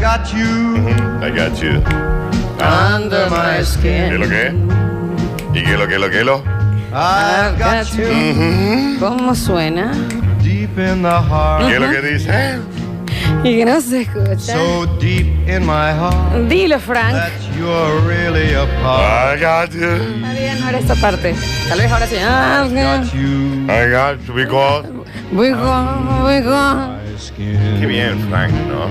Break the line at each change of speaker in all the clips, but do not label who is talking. got you
I got you. Ah.
under my
¿Qué es
skin.
lo que es? ¿Y qué es lo que es lo que es lo? Ah,
I've got you
¿Cómo suena?
deep in the heart,
Mm-hmm. ¿Qué es lo que dice? Eh,
Y que no se escucha.
so deep in my heart
Dilo, Frank.
that you're really a part.
I got you.
Todavía no era esta parte. Tal vez ahora sí. Ah,
Got you
I got you because.
voy con, voy con.
my skin.
Qué bien, Frank, ¿no?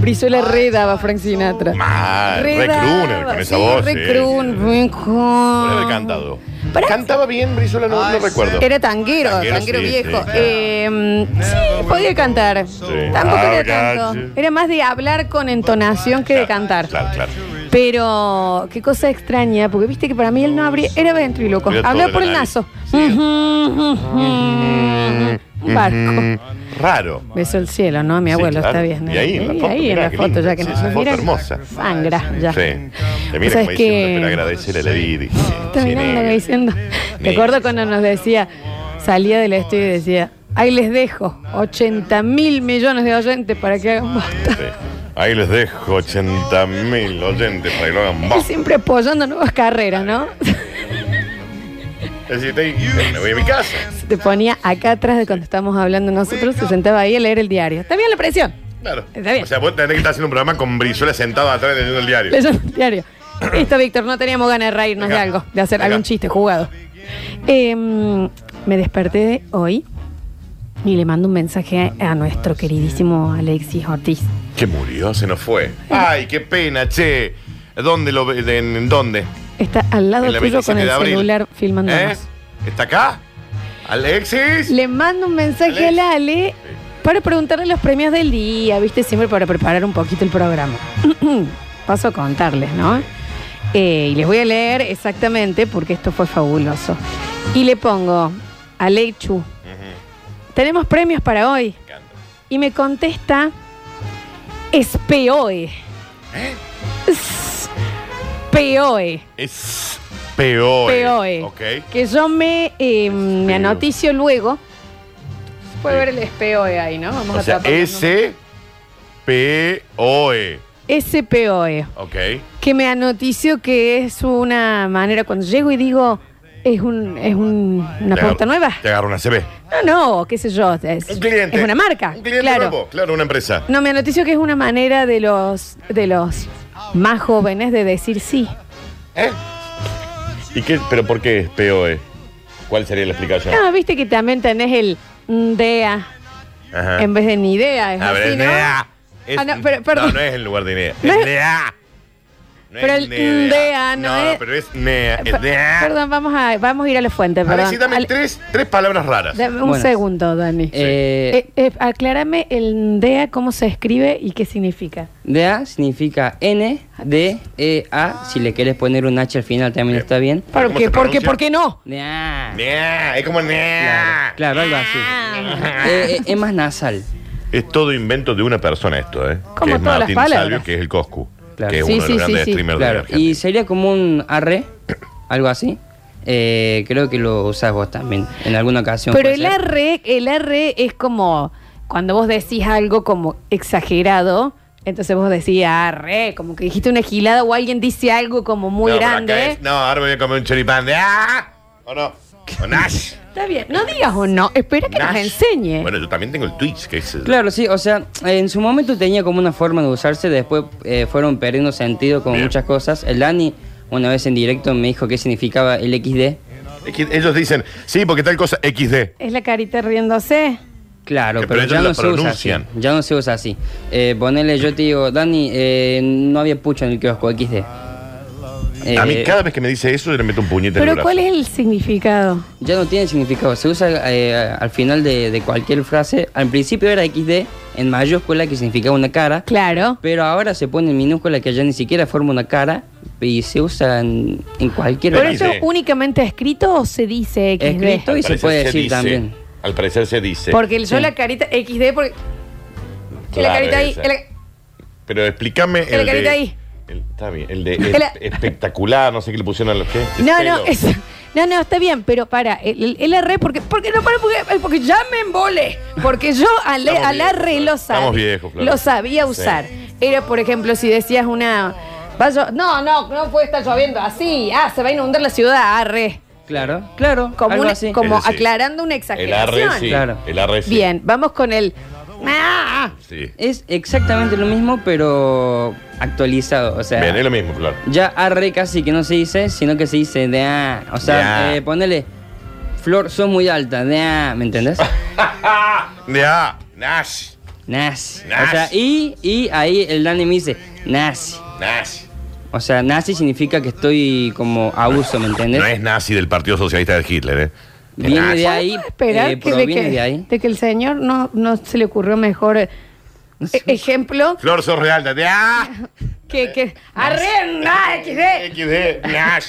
Brizuela re daba Frank Sinatra.
Ah. Mal. Re
daba,
crooner con esa
sí,
voz.
Re
sí.
croon, voy con.
Podría haber cantado.
Pará.
Cantaba bien, Brizola, no, no recuerdo.
Era tanguero,
Tanguero,
tanguero,
sí,
viejo.
sí, claro.
Eh, sí, podía cantar. Tampoco
Ah,
era
ya,
tanto.
sí.
Era más de hablar con entonación que de cantar.
Claro, claro.
Pero qué cosa extraña, porque viste que para mí él no abría, era ventriloco,
Era todo
hablaba
de
por
la
el
nariz.
naso. Ujú, ujú. Un barco.
Mm, Raro.
Beso el cielo, ¿no? Mi
Sí,
abuelo
claro.
está bien. ¿eh?
Y ahí en la foto,
ahí en
mirá,
la
qué
foto,
lindo.
ya que
Sí,
nos
esa foto
mira,
hermosa.
Sangra, ya.
Sí. Te mira
¿Sabes
como
qué?
diciendo, pero agradecerle la vida. y-
Está
sí,
mirando,
negra.
diciendo.
Negra.
Recuerdo cuando nos decía, salía del estudio y decía, ahí les dejo 80 mil millones de oyentes para que hagan bosta.
Sí. Ahí les dejo 80 mil oyentes para que lo hagan
Él
más.
siempre apoyando nuevas carreras, ¿no?
Es decir, te- me voy a mi casa.
Se te ponía acá atrás de cuando estábamos hablando nosotros, se sentaba ahí a leer el diario. Está bien la presión,
Claro.
Está bien.
O sea, vos tenés que estar haciendo un programa con Brizuela sentado atrás leyendo el diario.
leyendo el diario. Listo, Víctor, no teníamos ganas de reírnos de
Venga,
algo, de hacer
venga.
algún chiste jugado. Eh, me desperté de hoy y le mando un mensaje a, a nuestro queridísimo Alexis Ortiz.
Que murió, se nos fue. Ay, qué pena, che. ¿Dónde lo ve- de- ¿En dónde?
Está al lado
En la
tuyo
27
con el
de abril.
celular filmándonos.
¿Eh? ¿Está acá? ¿Alexis?
Le mando un mensaje
Alex.
a Ale para preguntarle los premios del día, ¿viste? Siempre para preparar un poquito el programa. Paso a contarles, ¿no? Eh, y les voy a leer exactamente porque esto fue fabuloso. Y le pongo, Alechu, tenemos premios para hoy.
Me encanta.
Y me contesta,
¿Eh?
Espeoe. Espeoe.
Es peor.
Peoe.
E. Ok.
E. Que yo me, eh, me
Espeo.
anoticio luego. Puede
Sí.
ver el espeoe ahí, ¿no? Vamos
O sea,
taparlo, ¿no?
S P O E.
SPOE.
Ok.
E. Que me anoticio que es una manera, cuando llego y digo, es, un, es un- una
Te
pauta
agarro-
nueva.
Te agarro una CB.
No, no, qué sé yo. Es,
Un cliente.
es una marca.
Un cliente
claro.
nuevo. Claro, una empresa.
No, me anoticio que es una manera de los, de los más jóvenes de decir sí.
¿Eh? ¿Y qué? ¿Pero por qué es POE? ¿Cuál sería la explicación?
Ah, viste que también tenés el DEA
Ajá.
Ah, en vez de ni idea. Es
A ver,
así,
el
¿no?
NEA. Es-
Ah, no, pero,
no,
perdón.
no es el lugar de NEA.
No
es
es-
NEA. No
Pero
es
el NEA no es-
pero es NEA.
Per-
Es NEA.
Perdón, vamos a, vamos a ir a la fuente,
A ver,
perdón.
sí, dame
Al-
tres, tres palabras raras.
dame un
Bueno.
segundo, Dani.
Eh,
Eh, eh, aclárame el DEA, cómo se escribe y qué significa.
DA significa N, D, E, A. Si le quieres poner un H al final también está bien.
Eh, ¿Cómo
¿Por
se
qué? ¿Por qué?
pronuncia?
¿Por qué no?
DA.
NEA, es como Ah. NEA.
Claro, claro, algo así. Eh, eh, es más nasal.
Es todo invento de una persona esto, ¿eh?
Como
que es
todas las
Martín
palabras.
Salvio, que es el Coscu.
Claro.
Que es
Sí,
uno de
sí,
los
sí,
grandes
sí.
streamers de la
Claro.
Argentina.
Y sería como un arre, algo así. Eh, creo que lo usás vos también en alguna ocasión.
Pero
puede
el
ser.
R, el R es como cuando vos decís algo como exagerado, entonces vos decís arre, como que dijiste una gilada o alguien dice algo como muy
No, pero acá
grande. ¿eh?
es, no, ahora me voy a comer un choripán de ¡Ah! ¿O no? ¿O Nash?
Está bien, no digas o no, espera que nos
Nash.
enseñe.
Bueno, yo también tengo el Twitch, que es... el-
Claro, sí, o sea, en su momento tenía como una forma de usarse, después eh, fueron perdiendo sentido como
Bien.
muchas cosas. El Dani una vez en directo me dijo qué significaba el XD.
Es que ellos dicen, sí, porque tal cosa, XD.
Es la carita riéndose.
Claro,
Que-
pero,
pero
ya no
ellos
se
la
usa así.
pronuncian.
Ya no se usa así. Eh, ponele, yo te digo, Dani, eh, no había pucho en el kiosco XD. Eh,
a mí cada vez que me dice eso, yo le meto un puñete en el
Pero
brazo.
¿cuál es el significado?
Ya no tiene significado, se usa eh, al final de, de cualquier frase. Al principio era XD en mayúscula, que significaba una cara,
Claro.
pero ahora se pone en minúscula, que ya ni siquiera forma una cara, y se usa en, en cualquier
¿Pero
Pero
frase.
eso
dice-
únicamente escrito o se dice XD?
Escrito.
Al
y se
parecer
puede decir
dice,
también.
Al parecer se dice.
Porque yo
Sí.
la carita XD, porque. y
Claro,
la carita ahí.
esa.
y la-
Pero explícame el,
la
de-
carita ahí.
el- está bien, el de
El-
es- espectacular, no sé qué le pusieron a los que.
No, no, es- no, no, está bien, pero para, el, el- el R, porque, porque no, para, porque, eh, porque ya me embole. Porque yo al,
Estamos
al
viejos,
R
Flor.
lo
Estamos
sabía.
viejos, Flor.
lo sabía
Sí.
usar. Era, por ejemplo, si decías una. "Va a llo- no, no, no puede estar lloviendo así. Ah, se va a inundar la ciudad, arre.
Claro, claro.
Como,
algo
una-
así.
como
Ese sí.
aclarando una
El arre
exageración.
sí.
Claro.
El arre sí.
Bien, vamos con el. "Ah".
Sí.
Es exactamente lo mismo, pero actualizado. O sea,
Bien, es lo mismo, claro.
ya arre casi que no se dice, sino que se dice de ah. O sea,
De ah.
eh, ponele, Flor, sos muy alta, de ah, ¿me entendés?
Ya, Nash.
Nazi.
Nazi.
O sea, y, y ahí el Dani me dice, nazi.
Nash.
O sea, nazi significa que estoy como abuso, ¿me entendés?
No es nazi del Partido Socialista de Hitler, ¿eh? Es
Viene
nazi.
de ahí,
¿Podemos Ah, esperar
eh,
que de,
proviene
que,
de ahí.
de que el señor no, no se le ocurrió mejor eh, e- ejemplo
Flor sos realta. De ah.
que, que arrenda XD
XD. Nash.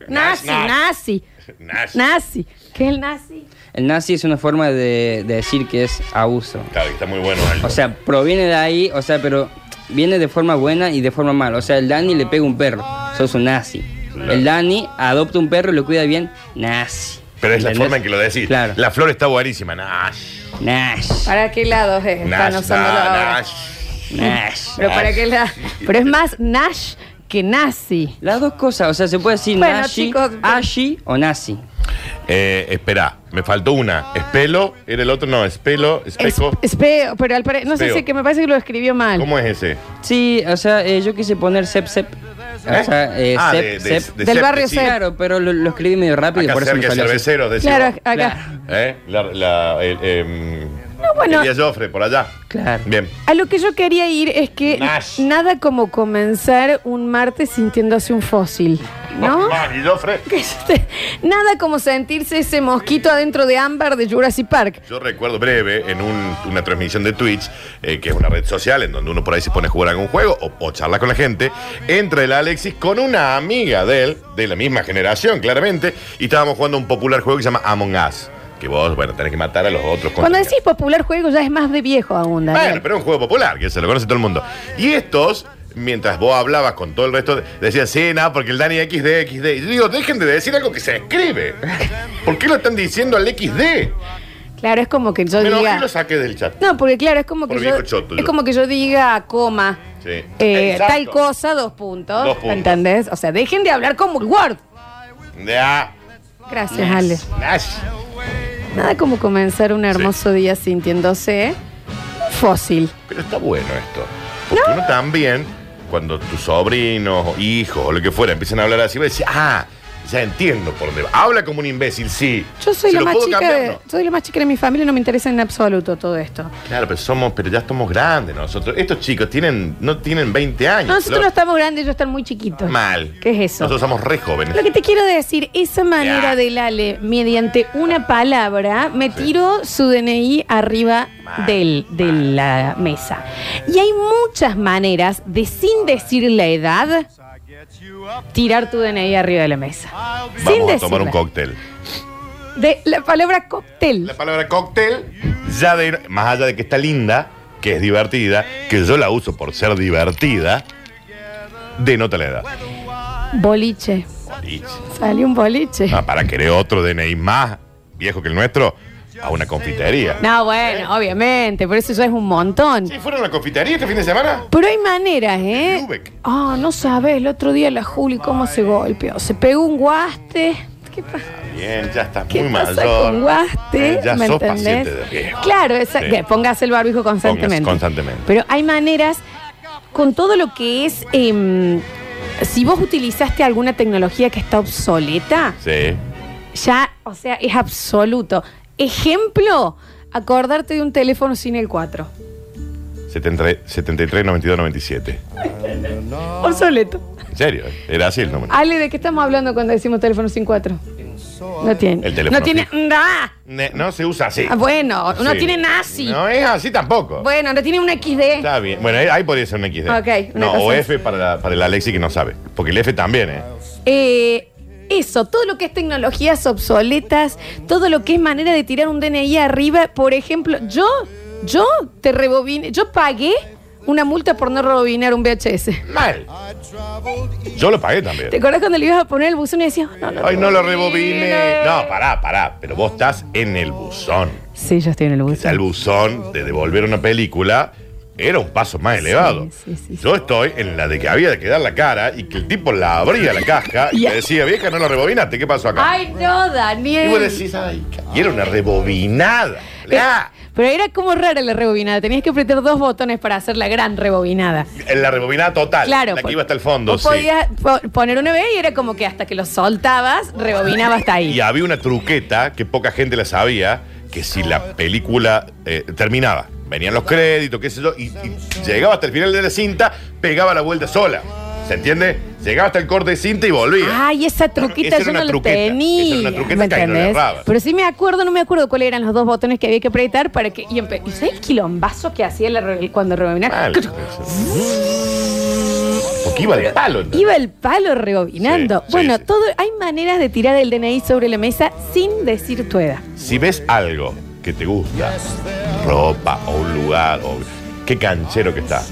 eh. nazi nazi
Nash.
nazi ¿qué es el nazi?
El nazi es una forma de, de decir que es abuso.
Claro, que está muy bueno. algo.
O sea, proviene de ahí, o sea, pero viene de forma buena y de forma mala. O sea, el Dani le pega un perro, sos un nazi.
Claro.
El Dani adopta un perro y lo cuida bien, nazi.
Pero es la
¿Entendés?
forma en que lo decís.
Claro,
La flor está buenísima. Nash.
nazi.
¿para qué lados eh, están
Nash.
usándolo
nah,
ahora?
Nash.
Nazi.
pero para
Nash.
qué la- pero es más Nash que nazi
Las dos cosas, o sea, se puede decir
Bueno,
nazi,
chicos, pero-
ashi o nazi.
Eh, espera, me faltó una. Espelo, era el otro, no, espelo,
es,
espejo.
es peo, pero al pare- no sé
Peo.
si que me parece que lo escribió mal
¿Cómo es ese?
Sí, o sea, eh, yo quise poner sep sep. O
¿Eh?
sea, eh,
Ah,
sep,
de- de-
sep.
de
Del
Sep,
barrio
sí.
Sep.
Claro, pero lo, lo escribí medio rápido,
Acá
por eso me
cerca de
salió así.
cerveceros, decía.
claro acá
Claro,
¿Eh? La, la, el, em,
bueno.
Elías Joffre, por allá.
claro.
Bien.
A lo que yo quería ir es que
Nash.
nada como comenzar un martes sintiéndose un fósil, ¿no?
Mari Joffre.
Que es este- nada como sentirse ese mosquito adentro de ámbar de Jurassic Park.
Yo recuerdo breve en un- una transmisión de Twitch, eh, que es una red social en donde uno por ahí se pone a jugar algún juego o, o charla con la gente, entra el Alexis con una amiga de él, de la misma generación claramente, y estábamos jugando un popular juego que se llama Among Us, que vos, bueno, tenés que matar a los otros. con-
Cuando decís popular juego ya es más de viejo aún, Daniel.
Bueno, pero es un juego popular, que se lo conoce todo el mundo. Y estos, mientras vos hablabas con todo el resto, decían, sí, nada, porque el Dani XD, XD. Y yo digo, dejen de decir algo que se escribe. ¿Por qué lo están diciendo al XD?
Claro, es como que yo
Me enojé
diga...
y lo saqué del chat.
No, porque claro, es como que
Por
yo,
viejo choto,
es
yo.
como que yo diga coma,
Sí.
eh,
Exacto.
tal cosa, dos puntos,
Dos puntos.
¿entendés? O sea, dejen de hablar como el Word.
Ya.
Gracias, Ale.
Nash.
Nada como comenzar un hermoso día sintiéndose un fósil.
Pero está bueno esto. Porque uno también, cuando tus sobrinos, o hijos o lo que fuera empiezan a hablar así, va a decir, ah, ya entiendo por dónde va. Habla como un imbécil, sí.
Yo soy
¿Se
la
lo
más
puedo
chica
cambiar?
de,
No.
soy la más chica de mi familia y no me interesa en absoluto todo esto.
Claro, pero somos, pero ya estamos grandes nosotros. Estos chicos tienen, no tienen 20 años.
Nosotros no
Flor.
estamos grandes, ellos están muy chiquitos.
mal.
¿Qué es eso?
Nosotros somos re jóvenes.
Lo que te quiero decir, esa manera
Ya.
del Ale, mediante una palabra, me tiró su DNI arriba
Mal,
del, de la mesa. Y hay muchas maneras de, sin decir la edad, tirar tu DNI arriba de la mesa. sin
Vamos a tomar
decirla.
un cóctel.
De la palabra cóctel.
La palabra cóctel, ya de, más allá de que está linda, que es divertida, que yo la uso por ser divertida, denota la edad.
Boliche.
Boliche.
Salió un boliche.
Ah, para querer otro DNI más viejo que el nuestro, a una confitería.
No, bueno, obviamente, por eso ya es un montón.
¿Sí fueron a una confitería este fin de semana?
Pero hay maneras,
En
¿eh?
Lübeck.
Ah, no sabes, el otro día la Juli cómo se golpeó. Se pegó un guaste. ¿Qué pasa?
Bien, ya estás
¿Qué
muy
pasa
mayor.
con guaste?
Eh, ya
¿Me
sos paciente
entendés?
de riesgo.
Claro, esa-
Eh, Sí.
que póngase el barbijo constantemente.
Póngase constantemente.
Pero hay maneras con todo lo que es. em, si vos utilizaste alguna tecnología que está obsoleta,
Sí.
ya, o sea, es absoluto. Ejemplo, acordarte de un teléfono sin el 4.
73, 73, 92, 97.
Obsoleto.
En serio, eh. era así el número.
Ale, ¿de qué estamos hablando cuando decimos teléfono sin cuatro? No tiene.
El teléfono
no tiene.
fijo.
¡Ah!
Ne- No se usa así.
Ah, bueno, no
Sí.
tiene nazi.
No es así tampoco.
Bueno, no tiene un XD.
Está bien. Bueno, ahí- ahí podría ser un XD.
Ok, una
No,
cosa
o
es-
F para, la- para el Alexi que no sabe. Porque el F también, ¿eh?
Eh, eso, todo lo que es tecnologías obsoletas, todo lo que es manera de tirar un DNI arriba. Por ejemplo, yo, yo te rebobine, yo pagué una multa por no rebobinar un VHS.
Mal. Yo lo pagué también.
¿Te acuerdas cuando le ibas a poner el buzón y decías, "No, no,
Ay, no lo rebobine. No, pará, pará. Pero vos estás en el buzón.
Sí, yo estoy en el
Está el
buzón.
buzón de devolver una película. era un paso más elevado.
sí, sí, sí.
Yo estoy en la de que había de quedar la cara y que el tipo la abría la caja y le
Ya.
decía, vieja, no la rebobinaste, ¿qué pasó acá?
Ay, no,
y
Daniel.
vos decís, ay, ca-". y era una rebobinada.
Pero-
La,
Pero era como rara la rebobinada. Tenías que apretar dos botones para hacer la gran rebobinada.
la rebobinada total.
Claro.
La que
po-
iba hasta el fondo,
vos
sí.
podías po- poner una vez y era como que hasta que lo soltabas, rebobinaba hasta ahí.
Y había una truqueta que poca gente la sabía, que si la película eh, terminaba, venían los créditos, qué sé yo, y, y llegaba hasta el final de la cinta, pegaba la vuelta sola. ¿Se entiende? Llegaba hasta el corte de cinta y volvía.
Ay, esa truquita
Esa era
yo
una
no la
truqueta,
tenía.
esa era una truqueta
¿Me
que ahí no la
entendés?
errabas.
Pero sí me acuerdo, no me acuerdo cuáles eran los dos botones que había que apretar para que. Y, empe- ¿y sabés el quilombazo que hacía la re- cuando rebobinaba?
Mal. Porque iba de palo. ¿entendés?
Iba el palo rebobinando.
Sí, sí,
bueno,
sí.
todo hay maneras de tirar el DNI sobre la mesa sin decir tu edad.
Si ves algo que te gusta, ropa o un lugar, o qué canchero que está.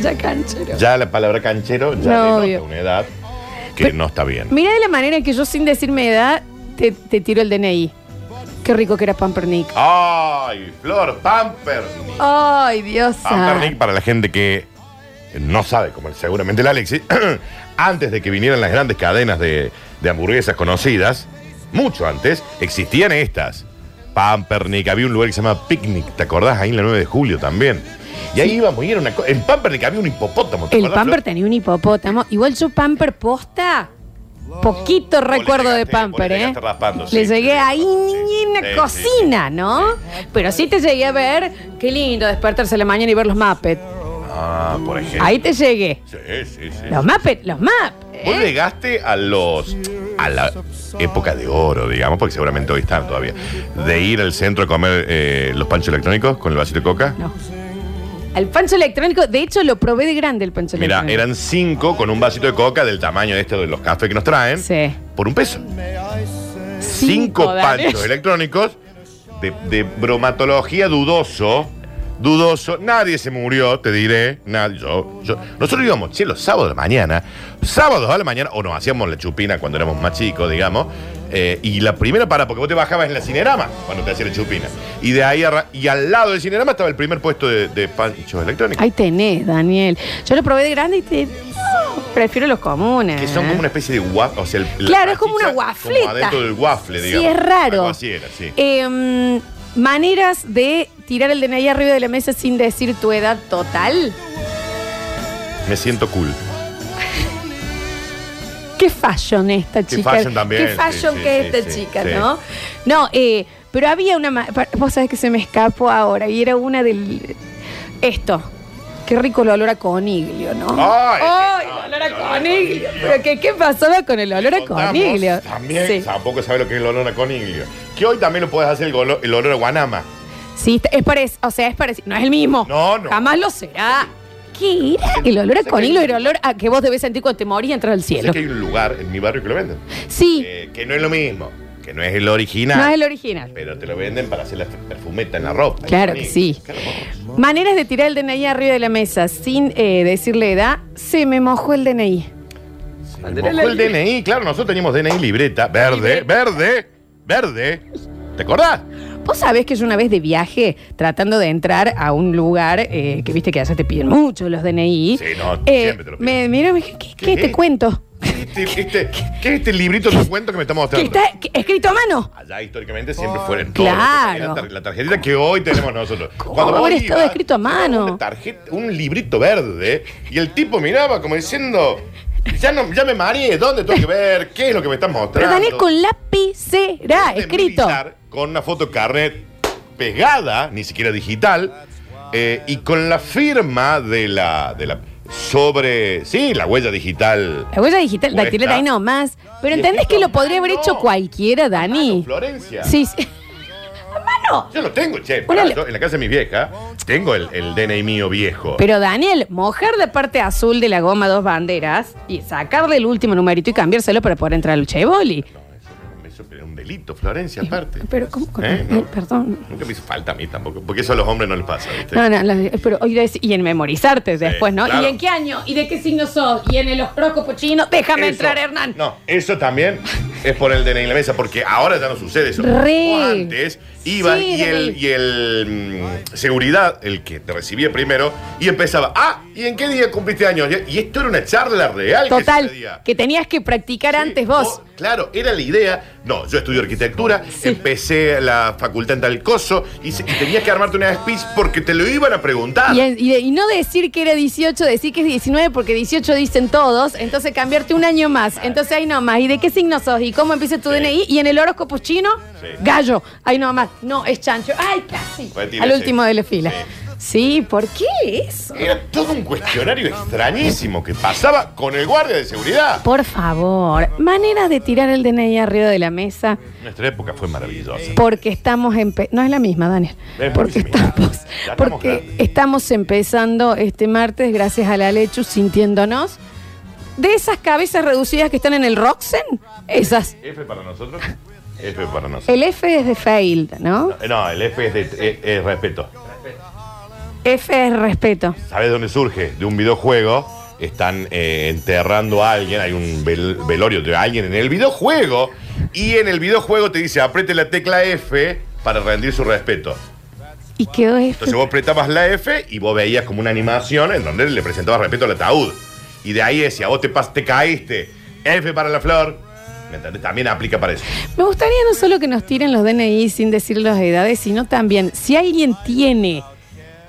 Ya canchero.
Ya la palabra canchero ya
No,
denota
obvio.
una edad que
Pero-
no está bien.
Mira de la manera que yo sin decir mi edad te, te tiro el DNI. Qué rico que era Pampernick.
¡Ay, Flor Pampernick!
Ay, Dios.
Pampernick, para la gente que no sabe, como seguramente el Alexis, antes de que vinieran las grandes cadenas de, de hamburguesas conocidas, mucho antes, existían estas. Pampernick, había un lugar que se llama Picnic, ¿te acordás? Ahí en la 9 de julio también. Y ahí íbamos y era una co- En Pampernick había un hipopótamo. ¿te
El
acordás,
Pamper
Flor?
tenía un hipopótamo. Igual yo Pamper posta. Poquito recuerdo de
llegaste- vos le
Pamper, ¿eh?
llegaste raspando, sí,
le
sí,
llegué
sí,
ahí
sí,
en la
sí,
cocina, ¿no? Pero sí te llegué a ver. Qué lindo despertarse a la mañana y ver los Muppets.
Ah, por ejemplo.
Ahí te llegué.
Sí, sí, sí.
Los Muppets, eh, los eh. Muppets.
Vos llegaste a los. a la época de oro, digamos, porque seguramente hoy están todavía. De ir al centro a comer eh, los panchos electrónicos con el vasito de coca.
No. Al pancho electrónico, de hecho lo probé de grande el pancho
Mira,
electrónico.
eran cinco con un vasito de coca del tamaño de este de los cafés que nos traen.
Sí.
Por un peso. Cinco,
dale.
panchos electrónicos de, de bromatología dudoso. Dudoso. Nadie se murió, te diré. Nadie, yo, yo- Nosotros íbamos, che, los sábados de la mañana. Sábados a la mañana, o nos hacíamos la chupina cuando éramos más chicos, digamos. eh, y la primera para, porque vos te bajabas en la cinerama cuando te hacías la chupina. Y de ahí arra- y al lado del cinerama estaba el primer puesto de, de panchos electrónicos.
Ahí tenés, Daniel. Yo lo probé de grande y te. No, prefiero los comunes.
Que son como una especie de waffle. O sea, el- la
Claro, es como
salchicha
una wafleta.
Como adentro del waffle, digamos.
Sí, es raro.
Algo así era, sí.
Em, maneras de tirar el DNI arriba de la mesa sin decir tu edad total.
Me siento cool.
Qué fashion esta chica.
fashion también,
Qué fashion
sí, sí,
que
sí,
es esta
sí,
chica,
sí.
¿no? No, eh, pero había una. ma- pa- Vos sabés que se me escapó ahora y era una del. Esto. Qué rico el olor a coniglio, ¿no?
Ay,
el
ay,
olor a coniglio! Pero que, ¿qué pasaba con el olor a
Contamos,
coniglio?
También
Sí.
tampoco sabe lo que es el olor a coniglio. Que hoy también lo puedes hacer el, golo- el olor a guanama.
Sí, está- es parecido, o sea, es parecido, no es el mismo.
No, no.
Jamás lo será. ¿Qué era? El olor a conilo era el olor a que vos debes sentir cuando te morís y entras al
Sé
cielo.
que hay un lugar en mi barrio que lo venden.
Sí,
Eh, que no es lo mismo. Que no es el original.
no es el original.
Pero te lo venden para hacer la perfumeta en la ropa. el
Claro que
coniglio.
sí.
Qué hermoso.
Maneras de tirar el DNI arriba de la mesa sin eh, decirle edad. Se me mojó el DNI.
Se me mojó el DNI, claro, nosotros teníamos DNI libreta. Verde, verde, verde. ¿Te acordás?
Vos sabés que yo una vez de viaje, tratando de entrar a un lugar eh, que viste que allá te piden mucho los DNI.
Sí, no,
eh,
siempre te lo piden.
Me miraron y me dijeron, ¿qué, qué
¿Qué?
te cuento?
Este- este- ¿Qué es este librito de cuento que me está
Que
mostrando?
está que- escrito a mano.
Allá históricamente siempre fueron
Oh, Claro.
La, tar- la tarjetita que hoy tenemos nosotros.
¿Cómo
vos
habrá estado
ibas,
escrito a
era
mano?
una tarjeta- un librito verde y el tipo miraba como diciendo, ya, no, ya me mareé, ¿dónde tengo que ver? ¿Qué es lo que me estás
Pero
mostrando?
Daniel con lapicera,
De
escrito.
militar, Con una foto carnet pegada, ni siquiera digital, eh, y con la firma de la, de la... Sobre, sí, la huella digital.
La huella digital,
Cuesta.
dactilar ahí nomás. Pero
Y
entendés
escrito
que
a
lo podría haber
mano.
hecho cualquiera,
Mano,
Dani.
Florencia.
Sí, sí.
Ah, Yo lo tengo, che. pará,
Órale.
yo en la casa de mi vieja tengo el, el DNI mío viejo.
Pero Daniel, mojar la parte azul de la goma dos banderas y sacarle el último numerito y cambiárselo para poder entrar al Chevoli.
Eso era un delito, Florencia, aparte.
Pero, ¿cómo? con-
Eh, no.
eh, Perdón.
Nunca me hizo falta a mí tampoco, porque eso a los hombres no les pasa, ¿viste?
No, no, la- pero hoy dec- y en memorizarte después, ¿no?
claro.
¿Y en qué año? ¿Y de qué signo sos? ¿Y en el horóscopo chino? Déjame
Eso-
entrar, Hernán.
No, eso también. es poner el DNI en la mesa, porque ahora ya no sucede eso.
Re.
O antes ibas
Sí,
y, el,
DNI.
y el mm, seguridad, el que te recibía primero, y empezaba, ah, ¿y en qué día cumpliste años? Y- Y esto era una charla real.
Total,
que sucedía.
que tenías que practicar
Sí,
antes vos.
Claro, era la idea. No, yo estudio arquitectura,
Sí.
empecé la facultad en tal coso y, se- y tenías que armarte una speech porque te lo iban a preguntar.
Y, en- y de- y no decir que era 18, decir que es 19, porque 18 dicen todos, entonces cambiarte un año más. Entonces ahí nomás, ¿y de qué signo sos? ¿Y cómo empieza tu
Sí.
DNI? ¿Y en el horóscopo chino?
Sí.
Gallo, ahí nomás. No, es chancho. ¡Ay, casi!
Retírese.
Al último de la fila. Sí, ¿por qué eso?
Era todo un cuestionario extrañísimo que pasaba con el guardia de seguridad.
Por favor, maneras de tirar el DNI arriba de la mesa.
Nuestra época fue maravillosa.
Porque estamos empe- no es la misma, Daniel.
Es muy
Porque
similar.
estamos,
Ya estamos
porque
grandes.
estamos empezando este martes gracias a la Lechu sintiéndonos de esas cabezas reducidas que están en el Roxen, esas.
F para nosotros. F para nosotros.
El F es de failed, ¿no?
No, el F es, de- es- es respeto.
F es respeto.
¿Sabes dónde surge? De un videojuego. Están eh, enterrando a alguien, hay un vel- velorio de alguien en el videojuego. Y en el videojuego te dice, apriete la tecla F para rendir su respeto.
Y quedó F.
Entonces vos apretabas la F y vos veías como una animación en donde le presentabas respeto al ataúd. Y de ahí decía, vos te, pas- te caíste, F para la flor. ¿Me entendés? También aplica para eso.
Me gustaría no solo que nos tiren los DNI sin decir las edades, sino también si alguien tiene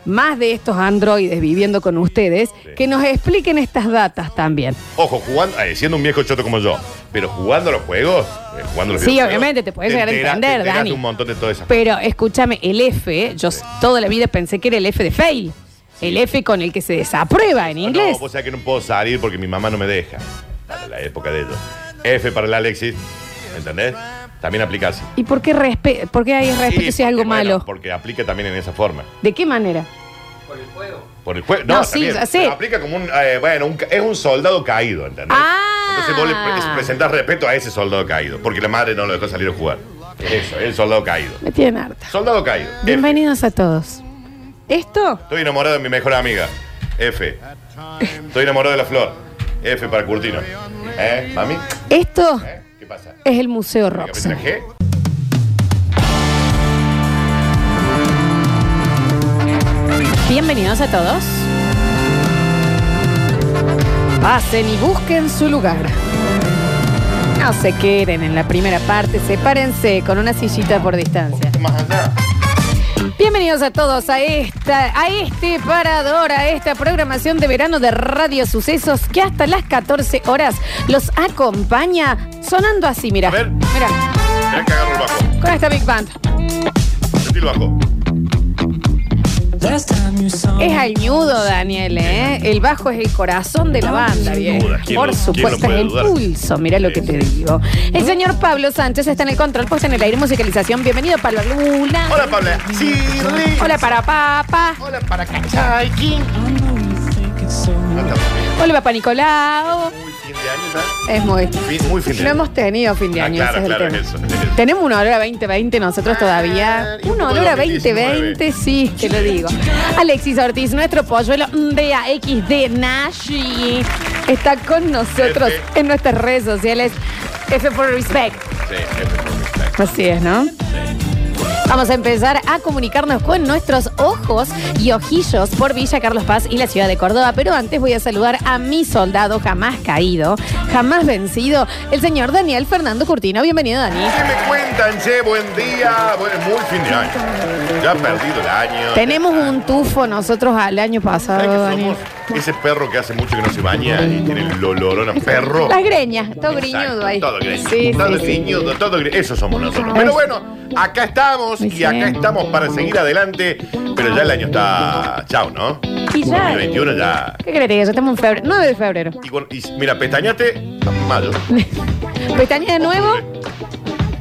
más de estos androides viviendo con ustedes,
Sí.
que nos expliquen estas datas también.
Ojo, jugando, eh, siendo un viejo choto como yo, pero jugando a los juegos, eh, jugando a los
Sí,
videojuegos,
obviamente, te podés llegar a
enterás-
entender,
te enterás
Dani.
de un montón de todas esas cosas.
Pero escúchame, el F, yo s- toda la vida pensé que era el F de fail. El F con el que se desaprueba en inglés.
No, vos sabés que no puedo salir porque mi mamá no me deja. Para la época de ellos. F para el Alexis, ¿me entendés? También aplica así.
¿Y por qué, respe por qué hay respeto
Y
si es algo
porque, bueno,
malo?
Porque aplica también en esa forma.
¿De qué manera?
Por el juego.
No,
No,
sí,
también,
ya sé.
pero aplica como un. eh, bueno, un ca- es un soldado caído, ¿entendés?
Ah.
Entonces vos le pre- presentás respeto a ese soldado caído, porque la madre no lo dejó salir a jugar. Eso, el soldado caído.
Me tienen harta.
Soldado caído. F.
Bienvenidos a todos. Esto,
Estoy enamorado de mi mejor amiga. F. Estoy enamorado de la flor. F para Curtino. ¿Eh, mami?
esto
¿Eh? ¿Qué pasa?
es el Museo
¿Capitán
Roxanne.
G?
Bienvenidos a todos. Pasen y busquen su lugar. No se queden en la primera parte, sepárense con una sillita por distancia.
Más allá.
Bienvenidos a todos a esta, a este parador, a esta programación de verano de Radio Sucesos que hasta las 14 horas los acompaña sonando así, mira.
A ver.
Mira,
Mirá que agarro el bajo.
con esta Big Band.
Sentí el bajo.
Es al ñudo, Daniel, ¿eh? El bajo es el corazón de la banda, bien.
duda, ¿quién
Por
lo- quién lo
supuesto,
puede
es el
dudar?
pulso, mira lo que te digo. El señor Pablo Sánchez está en el control, puesto en el aire musicalización. Bienvenido, Pablo Luna.
Hola, Pablo. Sí,
Hola para papá.
Hola para Cachai King. No estamos bien.
Hola papá Nicolau.
Muy fin de año, ¿sabes?
Es muy...
Fin- muy fin de
No
año.
hemos tenido fin de
Ah,
año.
claro,
ese es el
claro,
tema.
es eso, es eso.
Tenemos un olor a 2020 nosotros todavía.
y
Un
un poco
olor a
2019.
2020, sí, te lo digo. Alexis Ortiz, nuestro polluelo de AXD Nashi, está con nosotros
F.
en nuestras redes sociales. F for Respect.
Sí, es
Así es, ¿no? Vamos a empezar a comunicarnos con nuestros ojos y ojillos por Villa Carlos Paz y la ciudad de Córdoba. Pero antes voy a saludar a mi soldado jamás caído, jamás vencido, el señor Daniel Fernando Curtino. Bienvenido, Dani.
¿Qué me cuentan, che? Buen día. Bueno, muy fin de año. Ya ha perdido el año.
Tenemos un tufo nosotros al año
¿Sabes
pasado,
que
Daniel.
somos ese perro que hace mucho que no se baña y tiene el olorón a perro?
Las greñas,
Exacto,
todo griñudo ahí.
Todo griñudo.
Sí,
todo
sí, sí.
griñudo, todo gri- Eso somos nosotros. Pero bueno, acá estamos
Muy
y acá
bien.
estamos para seguir adelante. Pero ya el año está. Chao, ¿no?
Y ya.
2021 ya.
¿Qué crees que diga? ya estamos en febrero? 9 de febrero.
Y, bueno, y mira, pestañaste, mayo.
Pestaña de nuevo.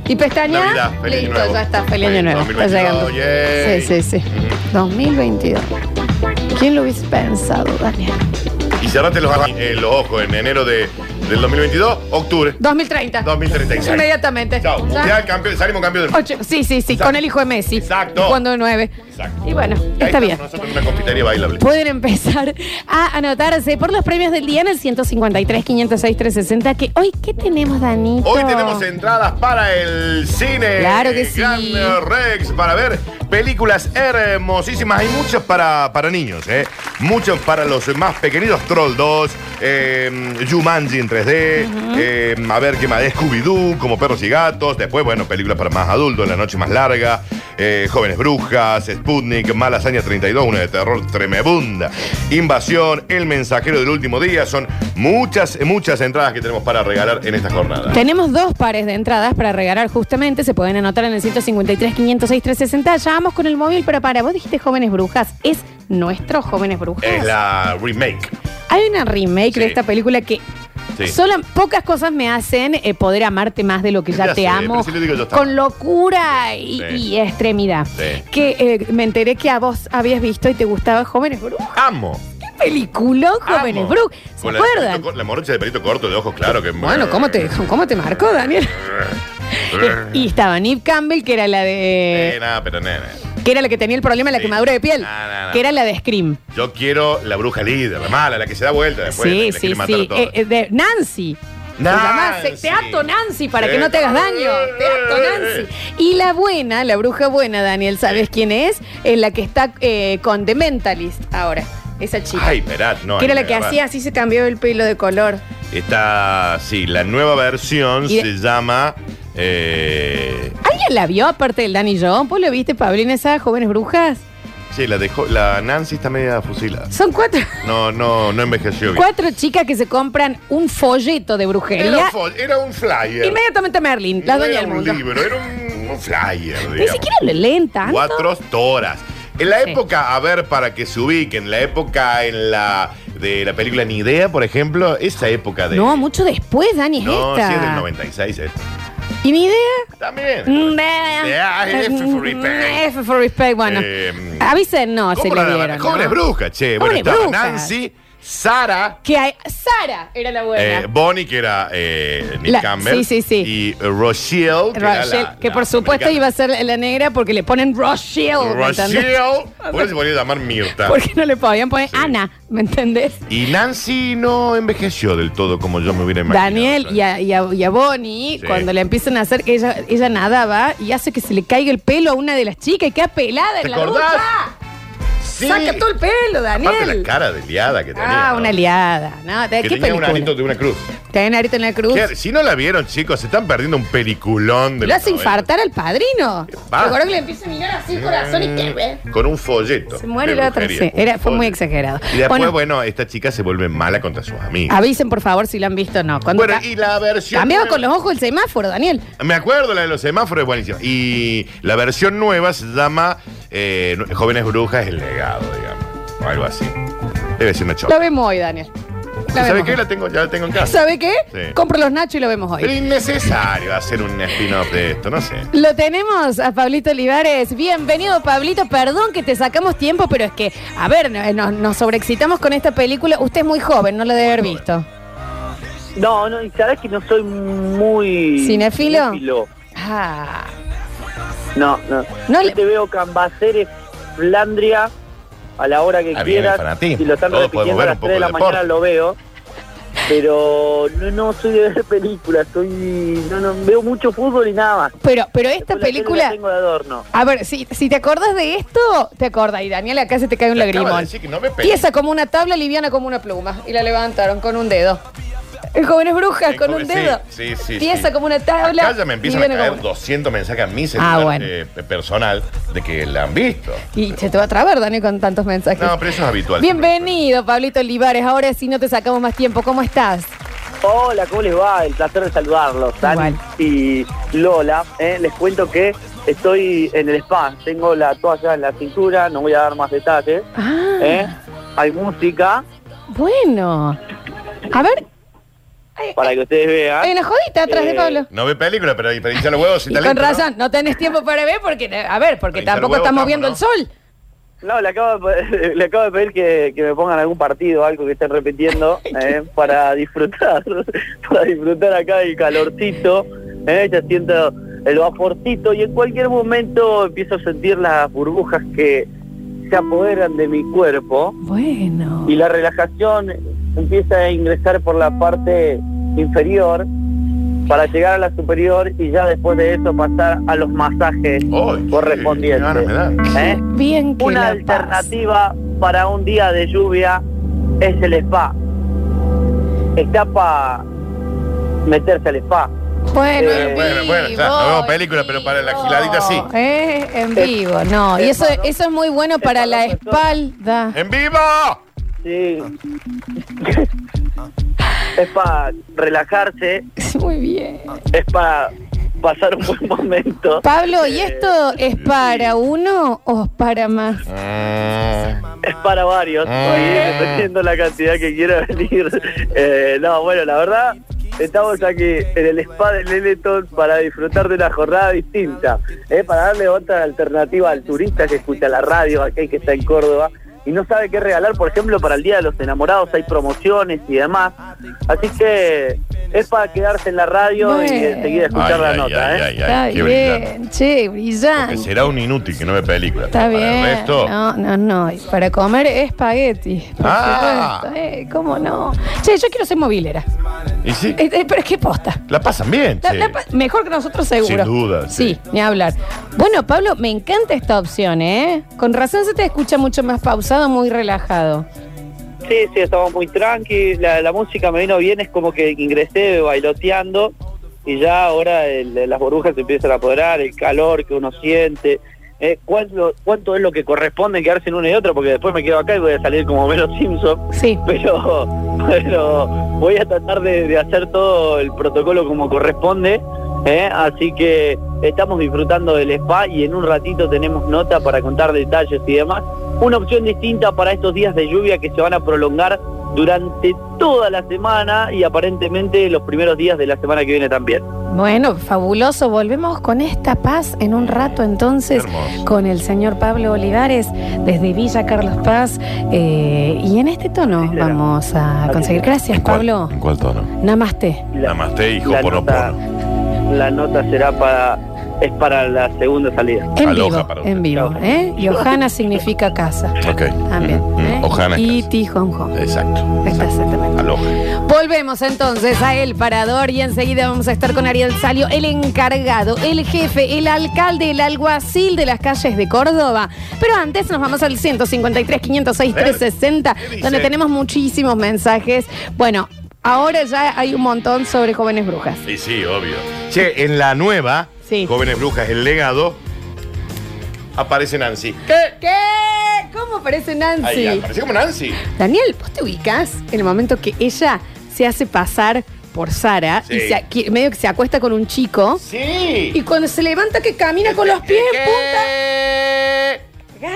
Y pestaña.
Navidad, feliz
listo,
nuevo.
ya está, feliz año
Feliz
nuevo. Está
2022,
llegando.
yay.
Sí, sí, sí. 2022. ¿Quién lo hubiese pensado, Daniel?
Y cerrate los, eh, los ojos en enero de, del 2022, octubre
2030.
2036.
Inmediatamente.
Chao.
Ya.
Mundial, campeón, salimos campeón del
Ocho. Sí, sí, sí, con el hijo de Messi.
Exacto.
Cuando de nueve.
Exacto.
Y bueno,
Y ahí
está
estamos
bien.
Nosotros en una confitería bailable.
Pueden empezar a anotarse por los premios del día en el 153, 506, 360. Que hoy, ¿qué tenemos, Danito?
Hoy tenemos entradas para el cine.
Claro que sí.
Gran Rex, para ver películas hermosísimas. Hay muchos para, para niños, ¿eh? Muchos para los más pequeñitos. Troll 2, eh, Jumanji en 3D, eh, a ver qué más. Scooby-Doo, como perros y gatos. Después, bueno, películas para más adultos, La Noche Más Larga, eh, Jóvenes Brujas, Sputnik, Mala Hazaña 32, una de terror tremebunda. Invasión, El Mensajero del Último Día. Son muchas, muchas entradas que tenemos para regalar en esta jornada.
Tenemos dos pares de entradas para regalar justamente, se pueden anotar en el 153 506 360. Ya vamos con el móvil, pero para, vos dijiste jóvenes brujas, es nuestro jóvenes brujas.
Es la remake.
Hay una remake de
Sí.
esta película que
Sí.
solo pocas cosas me hacen eh, poder amarte más de lo que ya,
Ya
te
sé,
amo,
pero si lo digo yo está
con
mal.
locura y,
Sí.
y extremidad.
Sí.
Que eh, me enteré que a vos habías visto y te gustaba Jóvenes Brujas.
Amo.
¿Qué película, Jóvenes
amo.
Brujas? ¿Se
Con la de
acuerdan?
pelito cor- La morocha de pelito corto de ojos, claro que.
Bueno, ¿cómo te, cómo te marcó, Daniel? y estaba Neve Campbell, que era la de...
Eh, nada, pero nene.
Que era la que tenía el problema de la
Sí.
quemadura de piel.
No, no, no.
Que era la de Scream.
Yo quiero la bruja líder, la mala, la que se da vuelta después. la que
sí,
le
sí,
quiere matar a
sí.
todos.
Eh, eh, de Nancy. Se
Nancy.
llama Se- Te ato Nancy para
Sí.
que no te hagas daño. Te ato Nancy. Y la buena, la bruja buena, Daniel, ¿sabes quién es? Es la que está eh, con The Mentalist ahora. Esa chica.
Ay, esperad, no.
que era
ahí
la
me
que
agarrás.
hacía así, se cambió el pelo de color.
Está, sí, la nueva versión
Y de-
se llama. eh,
¿Alguien la vio aparte del Dani John? ¿Vos lo viste, Pablín, esas jóvenes brujas?
sí, la dejó. La Nancy está media fusilada.
Son cuatro,
No, no, no envejeció bien.
cuatro chicas que se compran un folleto de
Era,
brujería.
fo- era un flyer.
Inmediatamente Merlin, las
no
doña
era
del
un
mundo.
libro, era un, un flyer.
Ni
digamos.
siquiera lo leen tanto.
Cuatro toras. En la
Sí.
época, a ver, para que se ubiquen, la época en la de la película Ni Idea, por ejemplo, esa época de.
No, mucho después, Dani, es
No,
esta.
sí es del 96, eh.
¿Y mi idea?
También.
Mm,
F for respect.
eh, F for respect, bueno.
Eh,
Avisen, no, se
¿Cómo
le
la-
dieron.
¿Cómo
¿no?
les bruja, che? Bueno,
Pobres
estaba
brujas.
Nancy, Sara,
Que hay- Sara era la buena.
eh, Bonnie, que era eh, Nick
La-
Campbell.
sí, sí, sí.
Y eh, Rochelle, que, era
Rochelle,
la-
que
la
por supuesto
americana.
iba a ser la negra porque le ponen Rochelle, ¿me entendés?
Rochelle. ¿Por qué se podía llamar Mirta?
Porque no le podían poner Ana, ¿me entendés?
Y Nancy no envejeció del todo como yo me hubiera imaginado.
Daniel y a, y a- y a Bonnie,
Sí.
cuando le empiezan a hacer que ella, ella nadaba y hace que se le caiga el pelo a una de las chicas y queda pelada
¿Te
en la
acordás?
ducha.
Sí.
Saca todo el pelo, Daniel.
Aparte la cara de liada que tenía.
Ah,
¿no?
una liada. No, ¿de
Que
¿Qué
tenía un
película?
arito de una cruz.
Tenía un arito en la cruz.
¿Qué? Si no la vieron, chicos, se están perdiendo un peliculón de
Lo
los
hace
90.
infartar al padrino.
va?
Recuerdo que le empieza a mirar así el corazón y que ve.
Con un folleto.
Se muere
de
la otra.
brujería,
Sí,
con un
era, fue muy
folleto.
exagerado.
Y después, bueno,
bueno,
esta chica se vuelve mala contra sus amigos.
avisen por favor si lo han visto o no. Cuando
Bueno,
ca-
y la versión.
cambiaba
nueva-
con los ojos el semáforo, Daniel.
Me acuerdo, la de los semáforos es buenísima. Y la versión nueva se llama eh, Jóvenes Brujas, el legado, digamos. O algo así. Debe ser una
Lo
chota.
vemos hoy, Daniel. Lo
¿Sabe
vemos
qué?
hoy.
La tengo, ya la tengo en casa.
¿Sabe qué?
Sí.
Compro los nachos y lo vemos
Pero
hoy.
innecesario hacer un spin-off de esto, no sé.
Lo tenemos a Pablito Olivares. Bienvenido, Pablito. Perdón que te sacamos tiempo, pero es que, a ver, no- eh, nos, nos sobreexcitamos con esta película. Usted es muy joven, no lo debe haber
joven.
visto.
No, no, y sabes que no soy muy.
¿Cinéfilo?
cinéfilo.
Ah.
No, no.
No
No
le-
te veo Cambaceres, Flandria, a la hora que
Está Ah, bien, el
quieras.
fanatismo.
Si lo están
Todos podemos
repitiendo a
ver
las
un
3 de la
poco de
mañana, lo veo. Pero no, no soy de ver películas, soy. No, no, veo mucho fútbol y nada más.
Pero, pero esta
Después la tele
película. Ah,
la tengo de adorno.
A ver, si, si te acordás de esto, te acordás. Y Daniel, acá se te cae un
Te acaba de
lagrimón.
decir que no me pegues.
Pieza como una tabla, liviana como una pluma. Y la levantaron con un dedo. El jóvenes brujas
Eh,
con
como-
un
sí,
dedo.
sí, sí,
Pieza
sí.
como una tabla.
Acá ya me empiezan a
liviana
caer
como una-
200 mensajes a mi celular,
bueno.
eh, personal de que la han visto.
Y se te va a trabar, Daniel, con tantos mensajes.
No, pero eso es habitual.
Bienvenido, Pablito Olivares. Ahora sí no te sacamos más tiempo. ¿Cómo estás?
Hola, ¿cómo les va? El placer de saludarlos, Dani
Igual.
y Lola. ¿eh? Les cuento que estoy en el spa, tengo la toalla en la cintura, no voy a dar más detalles.
Ah,
¿eh? Hay música
bueno. A ver,
para que ustedes
hay
vean.
una jodita atrás de
Eh,
Pablo.
No ve película, pero pero hincha los huevos. sin
Y con
talento, ¿no?
razón, ¿no? tenés tiempo para ver porque, a ver, porque
Ahí está el
tampoco
huevo, estamos,
estamos viendo
¿no?
el sol.
No, le acabo de, pe- le acabo de pedir que, que me pongan algún partido, algo que estén repitiendo, ¿eh? para disfrutar, para disfrutar acá el calorcito. ¿eh? Ya siento el vaporcito y en cualquier momento empiezo a sentir las burbujas que se apoderan de mi cuerpo
Bueno.
y la relajación empieza a ingresar por la parte inferior para llegar a la superior y ya después de eso pasar a los masajes
Ay, qué ganas me
correspondientes.
dan.
¿Eh?
Qué Bien que
Una
la
alternativa para un día de lluvia es el spa. Está para meterse al spa.
paz. Bueno,
Eh,
en
bueno, bueno,
vivo,
ya, no vemos
en
película, pero para la
vivo.
giladita sí.
Eh, en
Es-
vivo, no. Y
es
eso,
para dos-
eso es muy bueno
es
para
para
la
dos personas.
espalda.
¡En vivo!
Sí. es para relajarse,
Muy bien.
es para pasar un buen momento.
Pablo, ¿y
Eh,
esto es para uno o es para más?
Mm,
Es para varios,
Mm.
Ahí dependiendo la cantidad que quiera venir. Eh, no, bueno, la verdad, estamos aquí en el spa del Eleton para disfrutar de una jornada distinta, eh, para darle otra alternativa al turista que escucha la radio, aquel que está en Córdoba y no sabe qué regalar, por ejemplo, para el Día de los Enamorados hay promociones y demás. Así que es para quedarse en la radio y
Bueno.
enseguida escuchar
Ay,
la
ay,
nota.
ay, ay,
eh.
ay,
Está
qué
bien,
brillante.
che,
Porque
brillante.
será un inútil que no ve película.
Está
pero
bien.
Para el resto,
No, no, no. Y para comer espagueti. Por
Ah.
supuesto. Eh, ¿Cómo no? Che, yo quiero ser movilera.
y sí,
Eh, eh, pero es que posta.
la pasan bien,
La-
che.
la pa- mejor que nosotros
Sin
seguro.
duda,
Sí.
sí.
ni hablar. Bueno, Pablo, me encanta esta opción, ¿eh? Con razón se te escucha mucho más pausado, muy relajado.
Sí, sí, estaba muy tranqui, la, la música me vino bien, es como que ingresé bailoteando y ya ahora el- las burbujas se empiezan a apoderar, el calor que uno siente, eh, cuánto, cuánto es lo que corresponde quedarse en uno y otro, porque después me quedo acá y voy a salir como Melo Simpson,
Sí.
pero, pero voy a tratar de, de hacer todo el protocolo como corresponde, eh, así que estamos disfrutando del spa y en un ratito tenemos nota para contar detalles y demás una opción distinta para estos días de lluvia que se van a prolongar durante toda la semana y aparentemente los primeros días de la semana que viene también.
Bueno, fabuloso. Volvemos con esta paz en un rato entonces
Hermoso.
con el señor Pablo Olivares desde Villa Carlos Paz. Eh, y en este tono
Sí, será.
vamos a
Así
conseguir.
será.
Gracias,
¿En cuál-
Pablo.
¿En cuál tono?
Namaste.
La,
Namaste, hijo,
la
por
nota, la nota será para es para la segunda salida.
En
Aloha
vivo,
para usted.
en vivo.
Aloha.
¿eh? Y Ohana significa casa.
Ok.
También.
Mm, mm,
¿eh?
Ohana es
Y
casa.
Tijón Hong.
Exacto.
Está
exacto.
exactamente.
Aloha.
Volvemos entonces a El Parador y enseguida vamos a estar con Ariel Salio, el encargado, el jefe, el alcalde, el alguacil de las calles de Córdoba. Pero antes nos vamos al 153, 506, 360,
¿Qué dice?
donde tenemos muchísimos mensajes. Bueno, ahora ya hay un montón sobre jóvenes brujas.
Y sí, obvio. Che, en la nueva,
Sí.
Jóvenes Brujas, el legado, aparece Nancy.
¿Qué? ¿Cómo parece
Ahí
Nancy?
aparece como Nancy.
Daniel, vos te ubicás en el momento que ella se hace pasar por Sara
Sí.
y se a- que- medio que se acuesta con un chico.
Sí.
Y cuando se levanta que camina con los pies en punta.
¿Qué?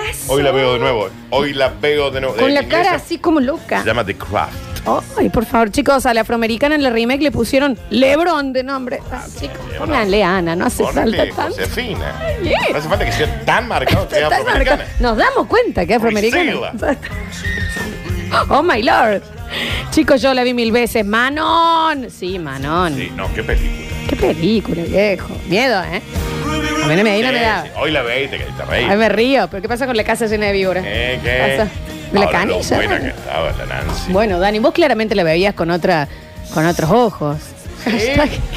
Gaso.
Hoy la veo de nuevo. Hoy la veo de nuevo.
Con
Eh,
la
en
cara
inglés
así ah. como
Se
loca.
llama The Craft.
Ay, por favor, chicos, a la afroamericana en la remake le pusieron Lebron de nombre. Ah, chicos,
Lebron.
ponle Ana, no hace falta
Ponele,
tanto.
Josefina.
bien.
No hace falta que sea tan marcado que sea
Está
afroamericana.
marcado. Nos damos cuenta que es afroamericana. Oh my lord. Chicos, yo la vi mil veces. Manon. Sí, Manon.
Sí, no, qué película.
Qué película, viejo. Miedo, ¿eh? A mí no me, a mí no me
Sí,
da.
sí, Hoy la ve y te, te reís.
Ahí me río, pero ¿qué pasa con la casa llena de víboras?
Eh, ¿Qué?
Pasa. De la
Ahora, lo
canilla.
buena
Dani.
que estaba la Nancy.
Bueno, Dani, vos claramente la veías con otra, con otros ojos.
Sí,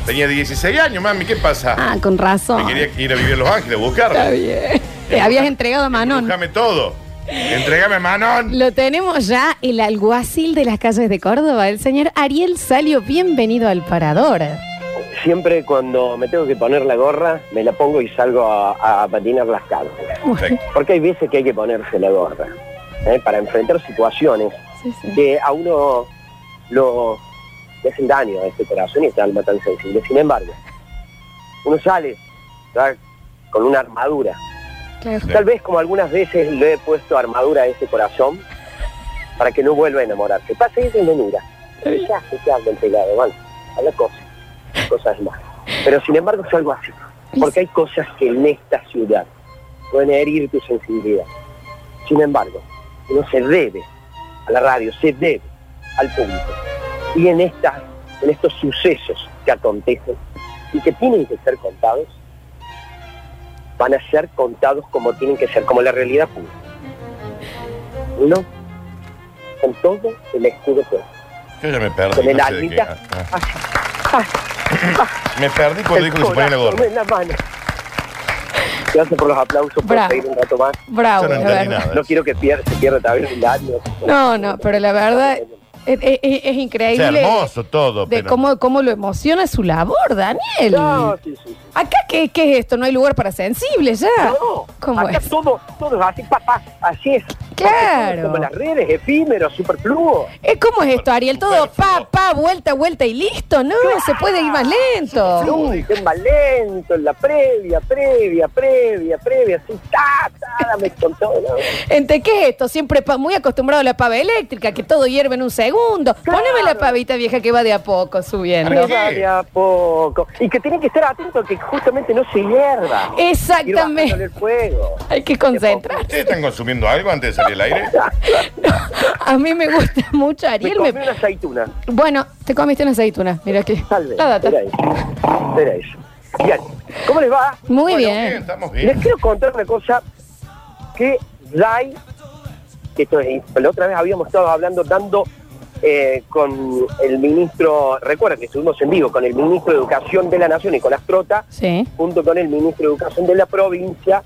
Tenía 16 años, mami, ¿qué pasa?
ah, con razón.
Me quería ir a vivir a Los Ángeles, a
Está
buscarla.
bien. Te habías entregado a Manon.
Déjame todo. Entrégame a Manon.
Lo tenemos ya, el alguacil de las calles de Córdoba, el señor Ariel Salio. Bienvenido al parador.
Siempre cuando me tengo que poner la gorra, me la pongo y salgo a, a patinar las calles.
Perfecto.
Porque hay veces que hay que ponerse la gorra ¿eh? para enfrentar situaciones
Sí, sí.
que a uno lo le hacen daño a este corazón y a esta alma tan sensible. Sin embargo, uno sale ¿verdad? con una armadura.
Claro.
Tal vez como algunas veces le he puesto armadura a ese corazón para que no vuelva a enamorarse. Pasa eso y me mira. ¿Qué hace? ¿Qué habla el pegado? Bueno, habla cosas, cosas más. Pero sin embargo es algo así. Porque hay cosas que en esta ciudad pueden herir tu sensibilidad. Sin embargo, uno se debe a la radio, se debe al público. Y en, estas en estos sucesos que acontecen y que tienen que ser contados, van a ser contados como tienen que ser, como la realidad pura. Uno, con todo el escudo puesto,
Yo ya me perdí.
con el
no sé de qué.
almita,
Ah, ah.
así, así,
Me perdí cuando
el
dijo que se ponía la
corazón
gorra.
en la mano. Gracias por los aplausos, por
Bravo.
seguir un rato más.
Bravo,
Yo no
la
entendí
verdad.
nada.
No quiero que pierda, se pierda también el año.
No, no, pero la verdad es, es- es- es
Es
increíble
hermoso todo,
de
pero.
cómo, cómo lo emociona su labor, Daniel.
No, sí, sí, sí.
Acá, ¿qué, qué es esto? No hay lugar para sensibles ya.
No,
¿Cómo
acá
es?
todo, todo es así, papá, así es.
Claro.
Como las redes, efímero, superfluo.
Eh, ¿Cómo es esto, Ariel? Todo pa,
Superfluo.
pa, vuelta, vuelta y listo. No, se puede ir más lento.
Fluye, es más lento, en la previa, previa, previa, previa, así, ta, ta, dame con todo. ¿no?
¿Entre qué es esto? Siempre pa- muy acostumbrado a la pava eléctrica, que todo hierve en un segundo.
Claro.
Poneme la pavita vieja que va de a poco
Pero
subiendo.
¿qué?
va de a poco. Y que tienen que estar atentos a que justamente no se hierva. Ir bajándole
Exactamente.
el fuego.
Hay que concentrar.
¿Ustedes están consumiendo algo antes de salir al aire?
A mí me gusta mucho,
Me
Ariel.
comí
me-
una aceituna.
Bueno, te comiste una aceituna. Mira aquí.
Tal vez.
La data.
Era eso. Era eso. Bien. ¿Cómo les va?
Muy
Bueno,
bien.
Estamos
Les
bien.
quiero contar una cosa que Dai, que esto es, la otra vez habíamos estado hablando, dando eh, con el ministro, recuerda que estuvimos en vivo con el ministro de Educación de la Nación, Nicolás Trota,
Sí.
junto con el ministro de Educación de la provincia,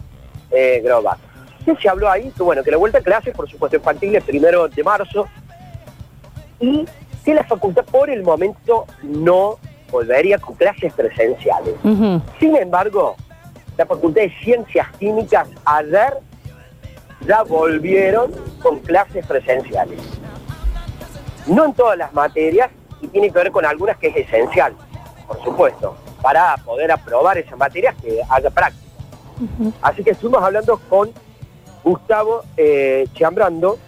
eh, Groba. ¿Qué se habló ahí? Que bueno, que la vuelta a clases, por supuesto, infantiles, primero de marzo, y que la facultad por el momento no volvería con clases presenciales.
Ujú.
Sin embargo, la Facultad de Ciencias Químicas ayer ya volvieron con clases presenciales. No en todas las materias y tiene que ver con algunas que es esencial, por supuesto, para poder aprobar esas materias que haya práctica. Así que estuvimos hablando con Gustavo eh, Chambrando,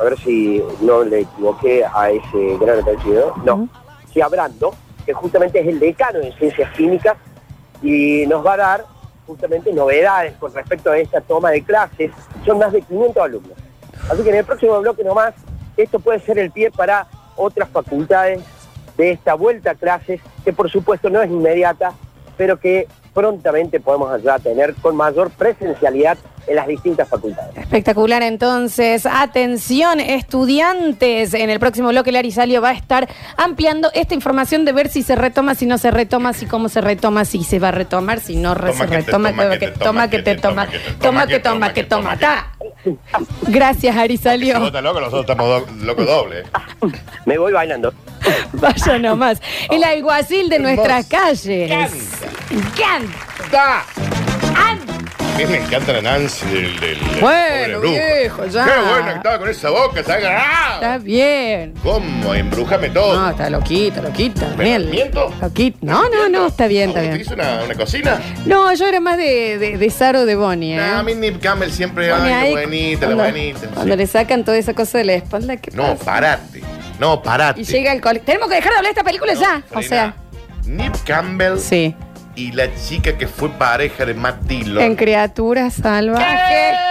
a ver si no le equivoqué a ese gran apellido, no, Chambrando, que justamente es el decano de Ciencias Químicas y nos va a dar justamente novedades con respecto a esta toma de clases. Son más de 500 alumnos. Así que en el próximo bloque nomás, esto puede ser el pie para otras facultades de esta vuelta a clases, que por supuesto no es inmediata, pero que prontamente podemos ya tener con mayor presencialidad en las distintas facultades.
Espectacular entonces. Atención, estudiantes. En el próximo bloque Larry Salio va a estar ampliando esta información de ver si se retoma, si no se retoma, si cómo se retoma, si se va a retomar, si no re-
Toma
se
que te
retoma,
toma, que te
toma, que te toma, toma, que toma, que toma. Ta. Gracias, Ari
Si vos
Salio.
estás loco, nosotros estamos do- locos doble.
Me voy bailando.
Vaya nomás. El alguacil de nuestras calles. Canta.
¡Da! A mí me encanta la Nancy del. del- del
Bueno,
pobre brujo.
viejo, ya.
Qué bueno que estaba con esa boca, ¡Ah! se ha agarrado.
Está bien.
¿Cómo? Embrujame
No,
todo.
está loquita, loquita,
¿Me
Daniel.
miento?
Loquita. No, no, no, está bien, está
¿Usted
bien.
hizo una, una cocina?
No, yo era más de, de, de Saro de Bonnie, ¿eh?
No, a mí Nip Campbell siempre.
Bonnie
Ay,
ahí,
la buenita, la
cuando-
buenita.
Cuando
Sí.
le sacan toda esa cosa de la espalda, ¿qué
No,
pasa?
parate. No, parate.
Y llega el colegio. Tenemos que dejar de hablar de esta película
No,
ya. O
frena.
sea,
Nip Campbell
sí.
y la chica que fue pareja de Matt Dillon.
En criaturas salvajes.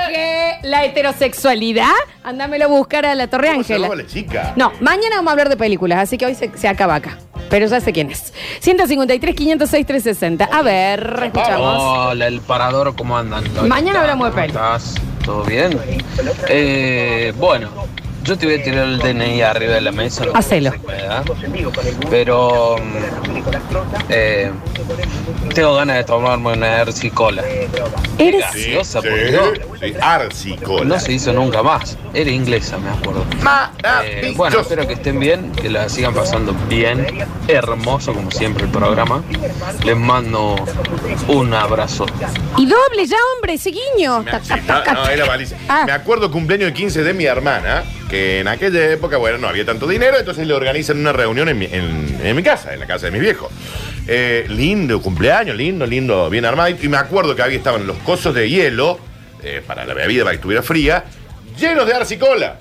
¿qué? La heterosexualidad. Ándamelo a buscar a la Torre
¿Cómo se
Ángela.
llamaba la chica?
No, mañana vamos a hablar de películas, así que hoy se, se acaba acá. Pero ya sé quién es. 153, 506, 360. A ver, escuchamos.
Hola, el parador, ¿cómo andan?
Mañana hablamos de
¿Cómo
peli.
estás? ¿Todo bien? Eh, bueno, yo te voy a tirar el DNI arriba de la mesa. no sé
Hacelo.
si me da, Pero mm, eh, tengo ganas de tomarme una Erci Cola.
Eres.
Sí,
Graciosa,
sí,
por Dios.
sí. Arsicola.
No se hizo nunca más. Era inglesa, me acuerdo.
Ah,
Eh,
Maravilloso.
bueno, espero que estén bien, que la sigan pasando bien. Hermoso, como siempre, el programa. Les mando un abrazo.
Y doble ya, hombre, ese guiño.
Me- sí, no, no, era malicia.
Ah.
Me acuerdo cumpleaños de 15 de mi hermana, que en aquella época, bueno, no había tanto dinero, entonces le organizan una reunión en mi, en- en mi casa, en la casa de mis viejos. Eh, lindo cumpleaños, lindo, lindo, bien armado. Y me acuerdo que había estaban los cosos de hielo, eh, para la bebida, para que estuviera fría, llenos de arsicola.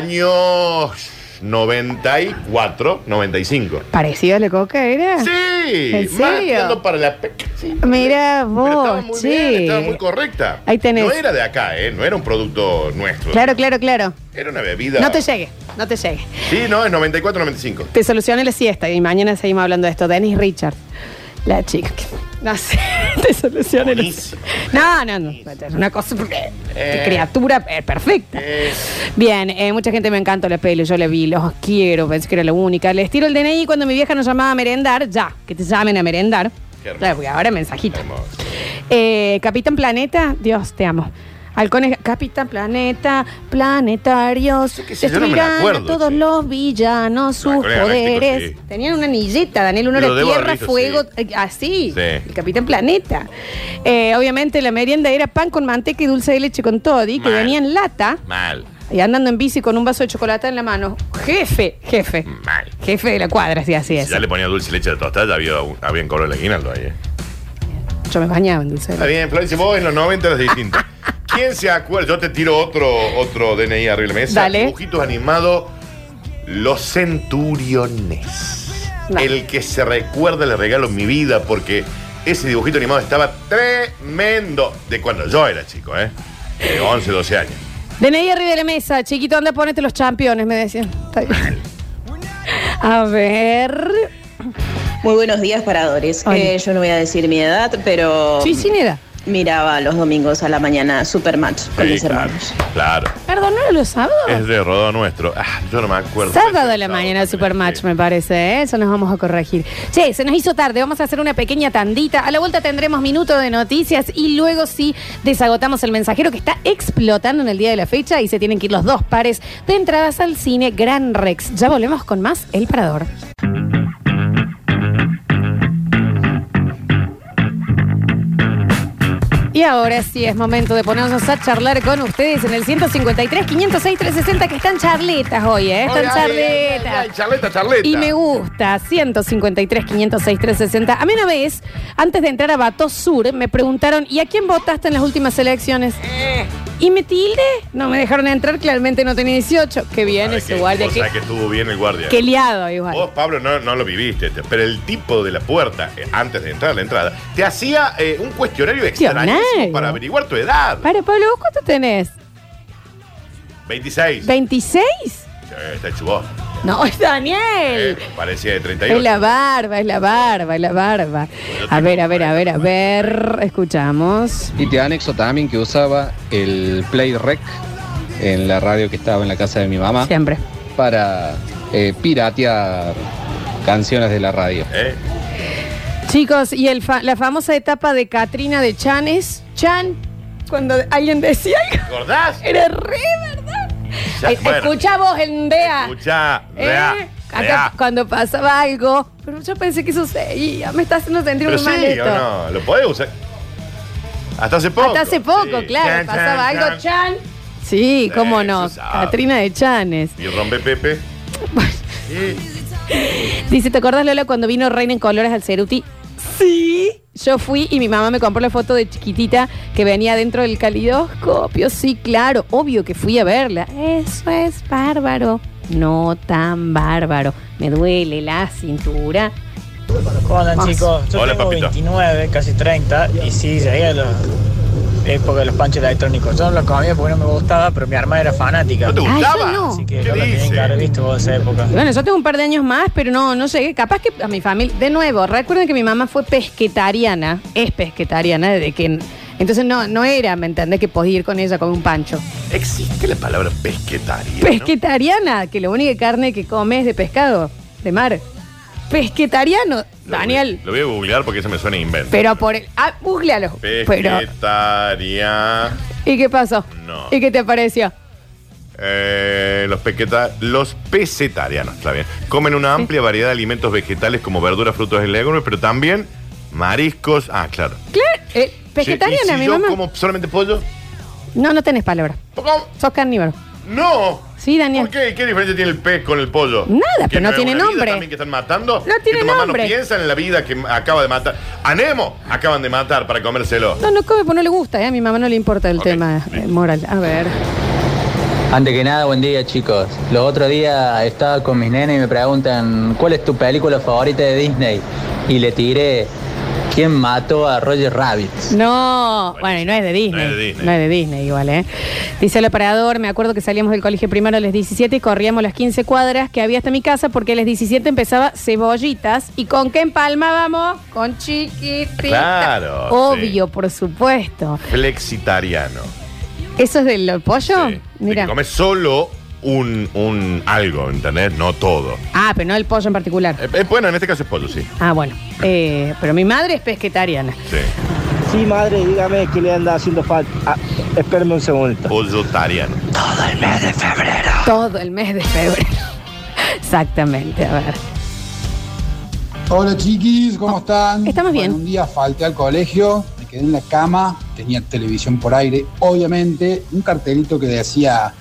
Años 94, 95.
Parecido a la coca, era.
Sí,
¿En
más
serio?
tirando para la pe- sí.
Mira
Pero estaba muy
vos,
bien, estaba muy
che.
correcta.
Ahí tenés.
No era de acá, ¿eh? No era un producto nuestro.
Claro, claro, claro.
Era una bebida.
No te llegue, no te llegue.
Sí, no, es 94, 95.
Te solucioné la siesta y mañana seguimos hablando de esto. Dennis Richard, la chica. que- No sé, te solucioné la
Buenísimo.
No, no, no. Es una cosa porque
Eh.
criatura eh, perfecta.
Eh,
Bien, eh, mucha gente me encantó la peli, yo la vi, los quiero, pensé que era la única. Les tiro el DNI cuando mi vieja nos llamaba a merendar, ya, que te llamen a merendar.
Qué hermoso.
Claro, porque ahora mensajito.
hermoso.
Eh, Capitán Planeta, Dios, te amo. Halcones, Capitán Planeta, planetarios,
qué sé, yo no me la
destruirán
acuerdo,
a todos
che.
los villanos, sus
Halcones Galácticos,
poderes.
sí.
Tenían una anilleta, Daniel, uno
Lo
era
debo haber
tierra,
visto,
fuego,
sí.
eh, así,
Sí.
el Capitán Planeta. Eh, obviamente la merienda era pan con manteca y dulce de leche con toddy, que
Mal.
venía en lata.
Mal,
Y andando en bici con un vaso de chocolate en la mano. Jefe, jefe.
mal.
Jefe de la cuadra, si así
Si
es.
ya le ponía dulce y leche de tostada, ya había, un- habían cobrado el aguinaldo ahí. eh.
Yo me bañaba en dulce. de
Está
leche.
bien, Florencia, vos en los 90 eras distinta. ¿Quién se acuerda? Yo te tiro otro, otro DNI arriba de la mesa.
Dale.
Dibujitos animados. Los centuriones.
No.
El que se recuerda le regalo mi vida porque ese dibujito animado estaba tremendo. De cuando yo era chico, ¿eh? De 11, 12 años.
DNI arriba de la mesa, chiquito, anda, ponete los campeones, me decían. Está bien. A ver.
Muy buenos días, paradores.
Hola.
Eh, yo no voy a decir mi edad, pero
Sí, sin edad.
miraba los domingos a la mañana Supermatch con
Sí,
mis
claro,
hermanos.
claro.
Perdón, ¿no era los
Es
sábados?
de rodó nuestro. Ah, yo no me acuerdo.
Sábado de la mañana, Supermatch, me parece, ¿eh? Eso nos vamos a corregir. Che, se nos hizo tarde, vamos a hacer una pequeña tandita. A la vuelta tendremos minuto de noticias y luego sí desagotamos el mensajero que está explotando en el día de la fecha y se tienen que ir los dos pares de entradas al cine Gran Rex. Ya volvemos con más El Parador. Y ahora sí es momento de ponernos a charlar con ustedes en el 153, 506, 360, que están charletas hoy, ¿eh? Están charletas.
Charleta, charleta.
Y me gusta, 153, 506, 360. A mí una vez, antes de entrar a Bato Sur, me preguntaron, ¿y a quién votaste en las últimas elecciones?
Eh.
¿Y me tilde? No me dejaron entrar, claramente no tenía 18. Qué bien
Sabe
ese
que-
guardia,
vos
qué,
sabés que estuvo bien el guardia.
qué liado igual.
Vos, Pablo, no, no lo viviste, te- pero el tipo de la puerta, eh, antes de entrar a la entrada, te hacía eh, un cuestionario extrañísimo
Cuestionario.
para averiguar tu edad.
Para, Pablo, ¿vos cuánto tenés?
26.
¿26?
Eh, está chubón.
No, es Daniel.
Eh, parecía de
Es
38.
la barba, es la barba, es la barba. A ver, a ver, a ver, a ver. Escuchamos.
Y te anexo también que usaba el Play Rec en la radio que estaba en la casa de mi mamá
Siempre.
para eh, piratear canciones de la radio.
Eh,
Chicos, y el fa- la famosa etapa de Katrina de Chanes. Chan, cuando alguien decía algo,
¿Acordás?
era re, ¿verdad?
Ya,
Eh,
bueno.
Escuchá vos en DEA.
Escuchá,
¿eh?
vea,
Acá
vea.
cuando pasaba algo. Pero yo pensé que sucedía. Me está haciendo sentir
Pero
muy
sí,
mal esto.
¿o no? ¿Lo podés usar? Hasta hace poco.
Hasta hace poco,
Sí.
claro.
Chan,
pasaba
chan, Eh,
algo.
chan.
Chan. Sí, cómo
Sí,
no.
se sabe.
Katrina de Chanes.
Y rompe Pepe. Sí.
Dice, ¿te acordás, Lola, cuando vino Reina en Colores al Ceruti? Sí. Yo fui y mi mamá me compró la foto de chiquitita que venía dentro del calidoscopio. Sí, claro, obvio que fui a verla. Eso es bárbaro. No tan bárbaro. Me duele la cintura.
Hola
Más.
chicos, yo
Hola,
tengo
papito.
29, casi 30 y sí, llegué a la época de los panchos electrónicos. Yo no los comía porque no me gustaba, pero mi hermana era fanática.
¿No te
yo
gustaba?
no.
Así
¿Qué
que yo la tenía que
dice?
haber visto vos esa época.
Y Bueno, yo tengo un par de años más, pero no, no llegué. Capaz que a mi familia. De nuevo, recuerden que mi mamá fue pesquetariana. Es pesquetariana desde que. Entonces no, no era, ¿me entendés? Que podía ir con ella con un pancho.
Existe la palabra pesquetaria. ¿no?
Pesquetariana, que la única carne que come es de pescado, de mar. Pesquetariano,
Lo voy-
Daniel.
Lo voy a googlear porque eso me suena a invento.
Pero por el. Ah, búscalo. Pero.
Pesquetaria.
¿Y qué pasó?
No.
¿Y qué te pareció?
eh, los, pequeta, los pesetarianos, está bien. Comen una amplia variedad de alimentos vegetales como verduras, frutos y legumbres, pero también mariscos. Ah, claro.
Claro. eh,
Sí,
pesquetariana,
¿y si
mi
yo
mamá.
como solamente pollo?
No, no tenés palabra.
¿Cómo?
Sos carnívoro.
¡No!
Sí, Daniel.
¿Por qué? ¿Qué diferencia tiene el pez con el pollo?
Nada,
¿Que
pero no
es
tiene
una vida
nombre.
también que están matando?
No tiene
que tu mamá
nombre.
no piensa en la vida que acaba de matar. ¡A Nemo! Acaban de matar para comérselo.
No, no come, pues no le gusta, ¿eh? A mi mamá no le importa el
Ok,
tema eh,
listo.
moral. A ver.
Antes que nada, buen día chicos. Los otro día estaba con mis nenes y me preguntan, ¿cuál es tu película favorita de Disney? Y le tiré ¿Quién mató a Roger Rabbit?
No, bueno, y no es de Disney. No es de Disney, igual, ¿eh? Dice el operador, me acuerdo que salíamos del colegio primero a las 17 y corríamos las 15 cuadras que había hasta mi casa porque a las 17 empezaba cebollitas. ¿Y con qué empalmábamos? Con chiquitita.
Claro,
Obvio, por supuesto.
Flexitariano.
¿Eso es del pollo?
Mira.
Mira.
come solo un, un algo, ¿entendés? No todo.
Ah, pero no el pollo en particular.
Eh, eh, bueno, en este caso es pollo, sí.
Ah, bueno. Eh, pero mi madre es pesquetariana.
Sí.
Sí, madre, dígame que le anda haciendo falta. Ah, espérame un segundito.
Pollo tariano.
Todo el mes de febrero.
Todo el mes de febrero. Exactamente, a ver.
Hola chiquis, ¿cómo están?
Oh, Estamos bien.
un día falté al colegio, me quedé en la cama, tenía televisión por aire, obviamente, un cartelito que decía,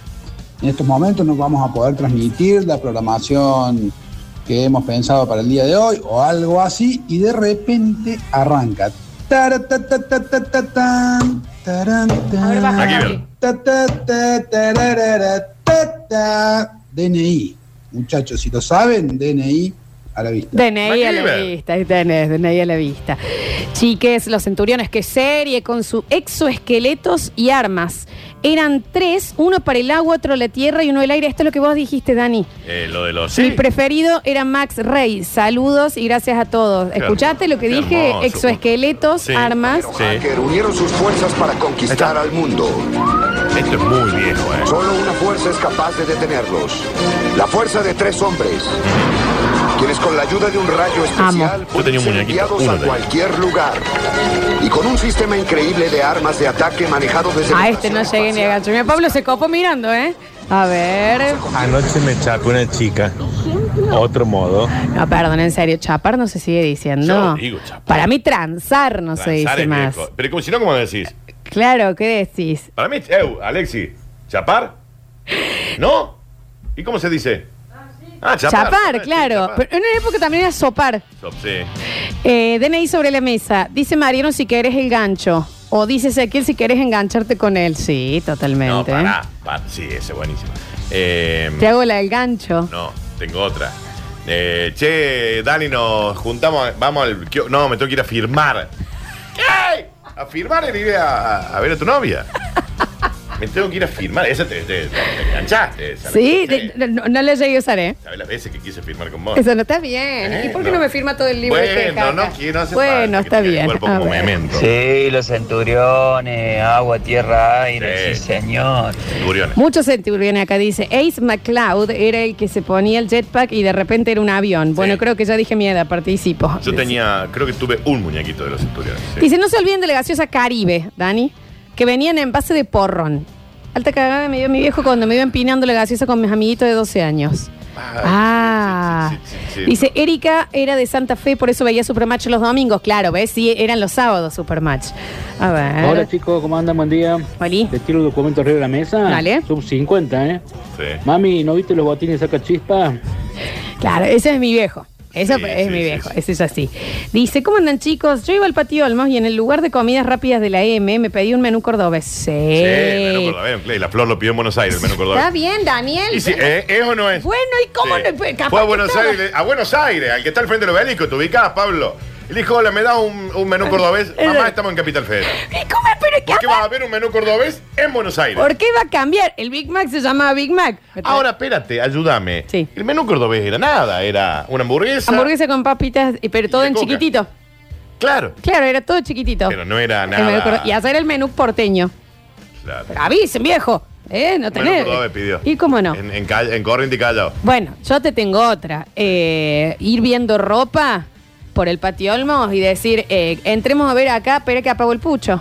en estos momentos no vamos a poder transmitir la programación que hemos pensado para el día de hoy o algo así, y de repente arranca. Taratatatatán, tarán, tarán, tatatatararara, DNI. Muchachos, si lo saben, DNI a la vista.
DNI a la vista, ahí tenés, DNI a la vista. Chiques, los centuriones, qué serie, con sus exoesqueletos y armas. Eran tres, uno para el agua, otro la tierra y uno el aire. Esto es lo que vos dijiste, Dani.
Eh, lo de los.
Mi preferido era Max Rey. Saludos y gracias a todos.
Qué
¿Escuchaste lo que
hermoso.
dije? Exoesqueletos,
Sí.
armas.
Sí.
Unieron sus fuerzas para conquistar al mundo.
Esto es muy viejo, ¿eh?
Solo una fuerza es capaz de detenerlos. La fuerza de tres hombres. Quienes con la ayuda de un rayo especial
Amo. Yo tenía un
ser
muñequito,
enviados
uno
a
tenía.
cualquier lugar. Y con un sistema increíble de armas de ataque manejado desde
A este no llegué ni a gancho. Mira, Pablo se copó mirando, ¿eh? A ver.
Anoche me chapé una chica. Otro modo.
No, perdón, en serio, chapar no se sigue diciendo.
Yo digo chapar.
Para mí transar no se
Transar
dice
es
más.
viejo. Pero como si no, ¿cómo decís?
Claro, ¿qué decís?
Para mí, eu, Alexi, ¿chapar? ¿No? ¿Y cómo se dice? Ah,
Chapar,
chapar.
claro. Pero en una época también era sopar.
So- Sí.
Eh, DNI sobre la mesa. Dice Mariano si querés el gancho. O dice Ezequiel si querés engancharte con él. Sí,
No,
totalmente.
pará. pa- sí, ese es buenísimo. Eh,
Te hago la del gancho.
No, tengo otra. Eh, che, Dani, nos juntamos, a- vamos al... quio- No, me tengo que ir a firmar. ¿Qué? A firmar y ir a, a ver a tu novia. Me tengo que ir a firmar. Esa te, te- te enganchaste. Esa,
Sí,
¿Sabes
de- no, no le llegué a usar, ¿eh?
las veces que quise firmar con vos?
Eso no está bien.
Eh,
¿Y por qué no.
no.
me firma todo el libro? este de
Bueno,
quejas
no
acá?
quiero hacer
Ah, Bueno, está bien. A ver.
Sí, los centuriones, agua, tierra, aire, sí, señor.
Centuriones.
Muchos centuriones acá dice, Ace McCloud era el que se ponía el jetpack y de repente era un avión. Bueno, creo que ya dije mi edad, participo.
Yo tenía, creo que tuve un muñequito de los centuriones. sí.
Dice, no se olviden de la gaseosa Caribe, Dani, que venían en base de porrón. Alta cagada me dio mi viejo cuando me iba empinando la gaseosa con mis amiguitos de 12 años. Ah.
sí.
Dice, Erika era de Santa Fe, por eso veía Supermatch los domingos. Claro, ¿ves? Sí, eran los sábados Supermatch. A ver.
Hola chicos, ¿cómo andan? Buen día. Te tiro los documentos arriba de la mesa.
Dale.
Sub 50, ¿eh?
Sí.
Mami, ¿no viste los botines saca chispa?
Claro, ese es mi viejo. Ese es mi viejo, ese es así. Dice, ¿cómo andan chicos? Yo iba al patio Olmos y en el lugar de comidas rápidas de la M me pedí un menú cordobés.
Sí,
Sí.
el menú cordobés. Clay, La flor lo pidió en Buenos Aires, el menú cordobés.
Está bien, Daniel.
Y sí, ¿eh? ¿Es o no es?
Bueno, ¿y cómo
Sí.
no? Capaz
Fue a
que
Buenos
estaba-
Aires, a Buenos Aires, al que está al frente del obelisco, te ubicás, Pablo. Y le dijo, hola, ¿me da un, un menú cordobés? Mamá, estamos en Capital Federal. ¿Por qué va a haber un menú cordobés en Buenos Aires?
¿Por qué va a cambiar? El Big Mac se llama Big Mac.
Ahora, espérate, ayúdame. El menú cordobés era nada, era una hamburguesa.
Hamburguesa con papitas, y- pero todo en
coca.
chiquitito.
Claro.
Claro, era todo chiquitito.
Pero no era
El menú cordo-
nada.
Y hacer el menú porteño.
Claro.
Avisen, viejo. ¿Eh? No
Un menú
tenés.
cordobés pidió.
¿Y cómo no?
En, en, Call- en Corriente y Callao.
Bueno, yo te tengo otra. Eh, ir viendo ropa por el patio Olmos y decir, eh, entremos a ver acá, pero que apago el pucho.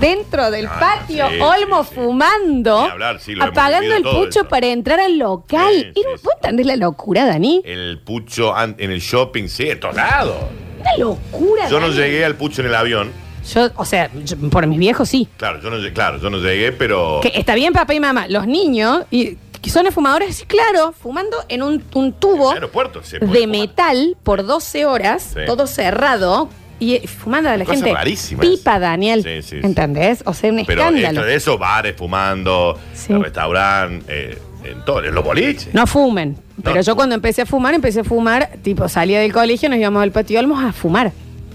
Dentro del
Ah,
patio
sí,
Olmos fumando,
Ni hablar, sí, lo hemos
apagando
vivido
el
todo
pucho
eso.
para entrar al local. Era un- ¿Vos entendés la locura, Dani?
El pucho an- en el shopping, sí, en todos lados.
Una locura.
Yo no
Dani.
llegué al pucho en el avión.
Yo, o sea, yo- por mis viejos sí.
Claro, yo no llegué, claro, yo no llegué, pero.
Que está bien, papá y mamá. Los niños y que son los fumadores, sí, claro, fumando en un, un tubo
aeropuerto, se puede
de metal por 12 horas,
Sí.
todo cerrado y eh, fumando a la
Cosas
gente.
rarísimas.
Pipa, Daniel.
Sí, sí, sí.
¿Entendés? O sea, un
Pero
escándalo.
dentro de eso, bares fumando, restaurantes, eh, en todo, en los boliches.
No fumen. Pero yo cuando empecé a fumar, empecé a fumar, tipo, salía del colegio, nos íbamos al patio Olmos a fumar.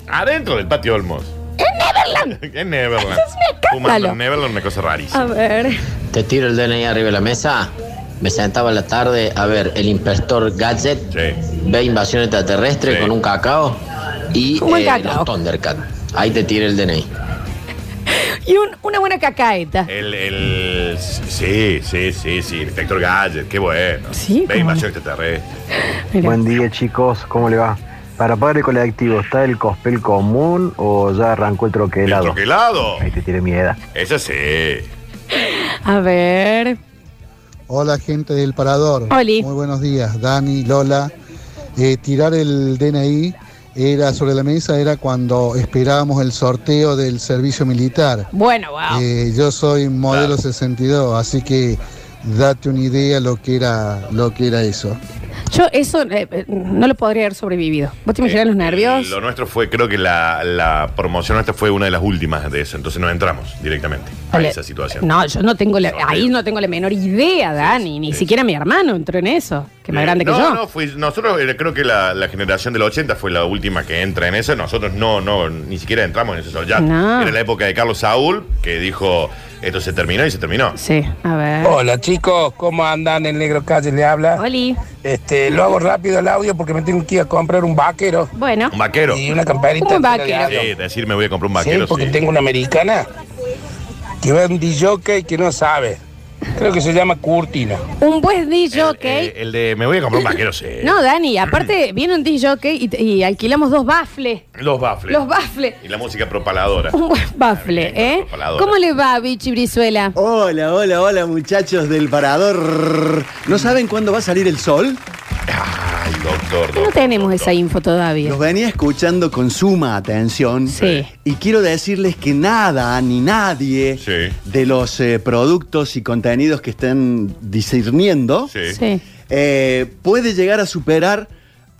Adentro del patio Olmos.
¡En Neverland!
En Neverland.
Eso es un escándalo.
Fumando en Neverland, una cosa rarísima.
A ver.
Te tiro el DNI arriba de la mesa. Me sentaba a la tarde a ver el inspector Gadget. Ve invasión extraterrestre con un cacao. Y
Como el
eh,
cacao.
los Thundercat. Ahí te tiro el DNI.
Y un- una buena cacaeta.
El, el. Sí, sí, sí, sí. El inspector Gadget, qué bueno.
Sí,
Ve invasión extraterrestre.
Buen día chicos, ¿cómo le va? Para Padre Colectivo, ¿está el cospel común o ya arrancó el troquelado?
El troquelado.
Ahí te tiene mi edad.
Esa sí.
A ver.
Hola gente del Parador.
Oli.
Muy buenos días, Dani, Lola. Eh, tirar el DNI era sobre la mesa era cuando esperábamos el sorteo del servicio militar.
Bueno, wow.
Eh, yo soy modelo 62, así que date una idea lo que era lo que era eso.
Yo eso eh, eh, no lo podría haber sobrevivido. ¿Vos te imaginas los nervios?
Eh, Lo nuestro fue, creo que la, la promoción nuestra fue una de las últimas de eso. Entonces nos entramos directamente a
Ole.
esa situación.
No, yo no tengo la, ahí no tengo la menor idea, Dani. Ni siquiera mi hermano entró en eso, que es más
Eh,
grande que
no,
yo.
No, fui- nosotros eh, creo que la, la generación del 80 fue la última que entra en eso. Nosotros no, no, ni siquiera entramos en eso. Ya
No.
era la época de Carlos Saúl que dijo esto se terminó y se terminó.
Sí, a ver.
Hola chicos, ¿cómo andan? El negro calle le habla.
Oli.
Este, lo hago rápido el audio porque me tengo que ir a comprar un vaquero.
Bueno.
Un vaquero.
Y una camperita.
Un
llena de
vaquero.
audio.
Sí, decir me voy a comprar un vaquero.
Sí, porque
sí.
tengo una americana que va a un DJ que no sabe. Creo que se llama Curtino.
Un buen DJ, ¿ok?
Eh, el de me voy a comprar un vaquero, sí.
no, Dani, aparte viene un DJ y, y alquilamos dos bafles.
Los baffles.
Los baffles.
Y la música propaladora.
Un buen bafle, ¿eh?
palabra.
¿Cómo le va, Bichi Brizuela?
Hola, hola, hola muchachos del parador. ¿No saben cuándo va a salir el sol?
Ay, doctor,
No tenemos esa info todavía.
Los venía escuchando con suma atención.
Sí.
Y quiero decirles que nada ni nadie de los eh, productos y contenidos que estén discerniendo
Sí.
eh, puede llegar a superar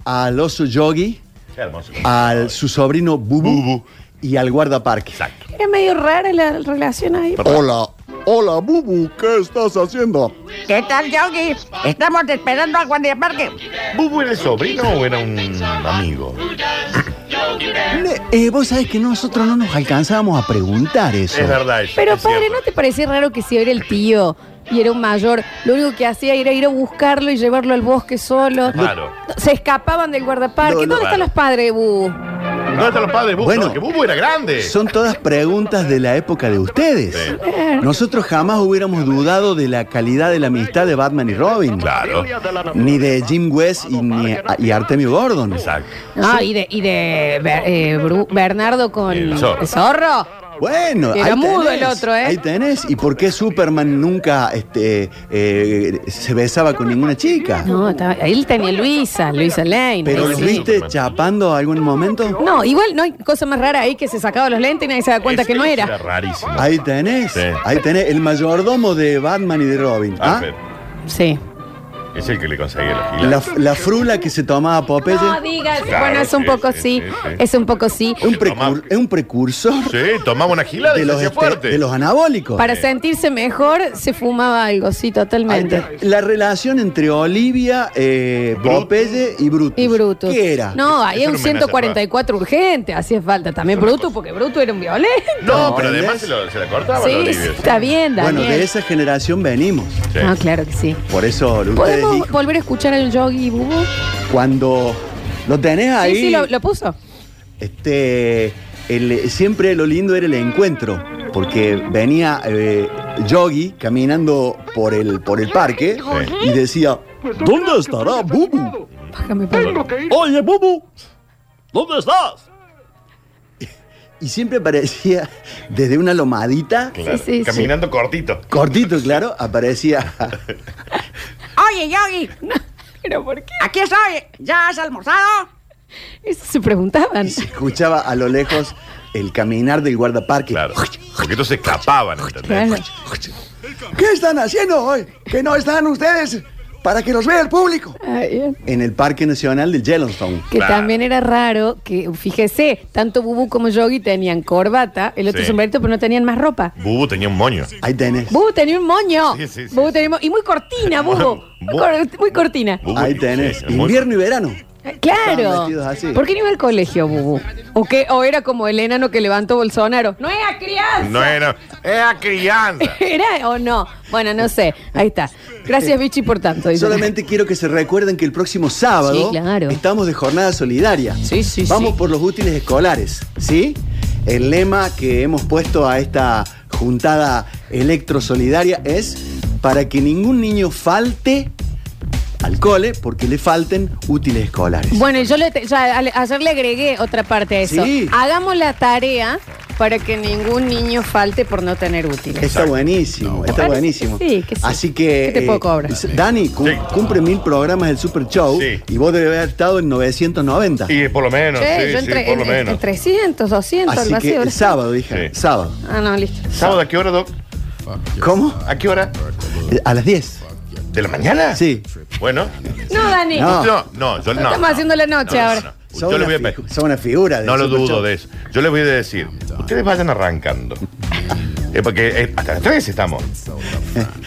al oso yogi,
Qué hermoso.
al su sobrino Bubu, y al guardaparque.
Exacto.
Era medio rara la relación ahí.
Hola, Oh, hola Bubu, ¿qué estás haciendo?
¿Qué tal, Yogi? Estamos esperando al guardia parque.
¿Bubu era el sobrino o era un amigo?
Eh, vos sabés que nosotros no nos alcanzábamos a preguntar eso.
Es verdad eso.
Pero padre, ¿no te parecía raro que si era el tío y era un mayor, lo único que hacía era ir a buscarlo y llevarlo al bosque solo?
Claro.
Se escapaban del guardaparque.
No, no.
¿Dónde están
Claro.
los padres de Bú?
¿Dónde están los padres de Bubu?
Bueno.
No, que Bubu era grande.
Son todas preguntas de la época de ustedes. Nosotros jamás hubiéramos dudado de la calidad de la amistad de Batman y Robin.
Claro.
Ni de Jim West y, ni- y Artemio Gordon.
Exacto.
Ah, y de, y de Ber- eh, Bru- Bernardo con el zorro.
zorro. Bueno,
Era
ahí
mudo
tenés,
el otro, ¿eh?
Ahí tenés. ¿Y por qué Superman nunca este, eh, se besaba con ninguna chica?
No, estaba- él tenía Luisa, Luisa Lane.
¿Pero
ahí
lo
sí.
viste chapando algún momento?
No, igual no hay cosa más rara ahí que se sacaba los lentes y nadie se da cuenta que no era.
rarísimo.
Ahí tenés. Ahí tenés el mayordomo de Batman y de Robin. ¿ah?
Alfred.
Sí.
Es el que le conseguía la gila.
La, la frula que se tomaba Popeye.
No digas.
Claro,
bueno, es un
sí,
poco
sí,
sí.
sí, sí.
Es un poco sí.
Un precur- es un precursor.
Sí, tomaba una gilada y se
de los,
hacía
este-
fuerte.
de los anabólicos.
Para sentirse mejor, se fumaba algo, sí, totalmente.
La relación entre Olivia, eh, Popeye y Brutus.
Y Brutus.
¿Qué era?
No, ahí es un 144 urgente, hacía falta. También Brutus, porque Brutus era un violento.
No, pero además se, lo- se la cortaba
Sí,
la Olivia.
sí, está bien, Daniel.
Bueno, de esa generación venimos.
Ah, claro que sí.
Por eso ustedes
¿Podemos
dijo,
volver a escuchar al Yogi Bubu?
cuando lo tenés ahí,
Sí, sí, lo, lo puso.
este, el- siempre lo lindo era el encuentro, porque venía eh, Yogi caminando por el, por el parque y decía, ¿dónde estará Bubu?
Págame, Pablo.
Oye, Bubu, ¿dónde estás? Y siempre aparecía desde una lomadita.
Claro. Sí, sí, Caminando cortito.
Cortito, claro, aparecía.
Oye, Yogi.
¿Pero por qué?
Aquí estoy. ¿Ya has almorzado?
Eso se preguntaban.
Escuchaba a lo lejos el caminar del guardaparque.
Porque estos se escapaban, ¿entendés?
¿Qué están haciendo hoy? Que no están ustedes para que los vea el público. En el Parque Nacional de Yellowstone.
Que también era raro que, fíjese, tanto Bubu como Yogi tenían corbata, el otro
Sí.
sombrerito, pero no tenían más ropa.
Bubu tenía un moño.
Ahí tenés.
Bubu tenía un moño.
Sí, sí, sí,
Bubu tenía un mo- y muy cortina, Bubu. Muy cor- muy cortina.
Ahí tenés. Invierno y verano.
Eh, Claro.
Estaban vestidos así.
¿Por qué no iba al colegio, Bubu? ¿O, qué? ¿O era como el enano que levantó Bolsonaro? No era crianza.
No era.
Eh,
Era crianza.
¿Era o no? Bueno, no sé. Ahí está. Gracias, Vichy, por tanto. dice.
Solamente quiero que se recuerden que el próximo sábado
Sí, claro.
estamos de jornada solidaria. Vamos por los útiles escolares, ¿sí? El lema que hemos puesto a esta juntada electrosolidaria es para que ningún niño falte al cole porque le falten útiles escolares.
Bueno, y yo le te- ya ale- ayer le agregué otra parte a eso.
Sí.
Hagamos la tarea para que ningún niño falte por no tener útiles.
Está buenísimo, está
Parece-
buenísimo.
sí, que sí.
Así que. eh,
¿Qué te puedo cobrar?
Dani, cu- cumple mil programas del Super Show y vos debes haber estado en 990.
Y por lo menos,
Che, yo entre, en- en- en 300, 200,
Así
algo así.
que el
¿verdad?
sábado, dije. Sábado.
Ah, no, listo.
¿Sábado a qué hora, Doc?
¿Cómo?
¿A qué hora?
Eh, A las 10.
¿De la mañana?
Sí.
Bueno.
No, Dani.
No, no, yo no.
Estamos haciendo la noche
no,
ahora.
Yo le voy a pe-
Son una figura. del
No lo
Super
dudo
Show.
de eso. Yo les voy a decir, ustedes vayan arrancando. Eh, porque eh, hasta las 3 estamos.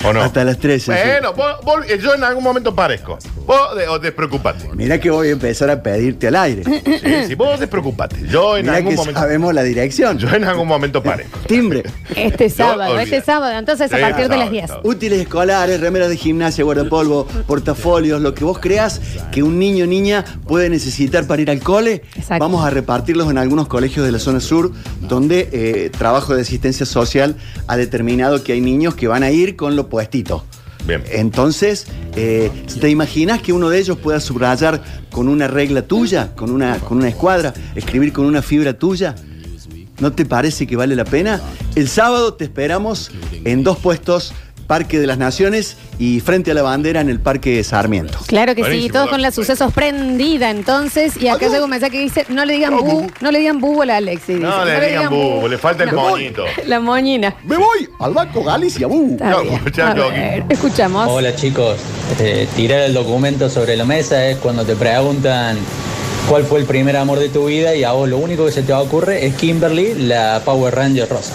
¿O no?
Hasta las 13. sí.
Bueno, vos- vos- eh, yo en algún momento parezco. Vos de- o despreocupate.
Mirá que voy a empezar a pedirte al aire.
Sí, sí, vos despreocupate. Yo en
Mirá
algún
que
momento.
sabemos la dirección.
Yo en algún momento parezco.
Timbre.
Este sábado,
olvidé.
este sábado. Entonces, a
Sí,
partir de
sábado,
las 10.
Útiles escolares, remeras de gimnasia, guardapolvo, portafolios, lo que vos creas que un niño o niña puede necesitar para ir al cole, vamos a repartirlos en algunos colegios de la zona sur, donde eh, trabajo de asistencia social ha determinado que hay niños que van a ir con lo puestito. Entonces, eh, ¿te imaginas que uno de ellos pueda subrayar con una regla tuya, con una, con una escuadra, escribir con una fibra tuya? ¿No te parece que vale la pena? El sábado te esperamos en dos puestos, Parque de las Naciones y frente a la bandera en el Parque Sarmiento.
Claro que sí, todos con las sucesos prendida entonces. Y acá llega un mensaje que dice, no le digan bu, no le digan bubo a la Alexis. dice.
No le digan bubo, le falta el
No.
monito.
La moñina.
Me voy al Banco Galicia, uh. bubu.
Está bien.
escuchá,
A ver, Escuchamos.
Hola chicos, Eh, tirar el documento sobre la mesa es cuando te preguntan cuál fue el primer amor de tu vida y a vos lo único que se te ocurre es Kimberly, la Power Ranger rosa.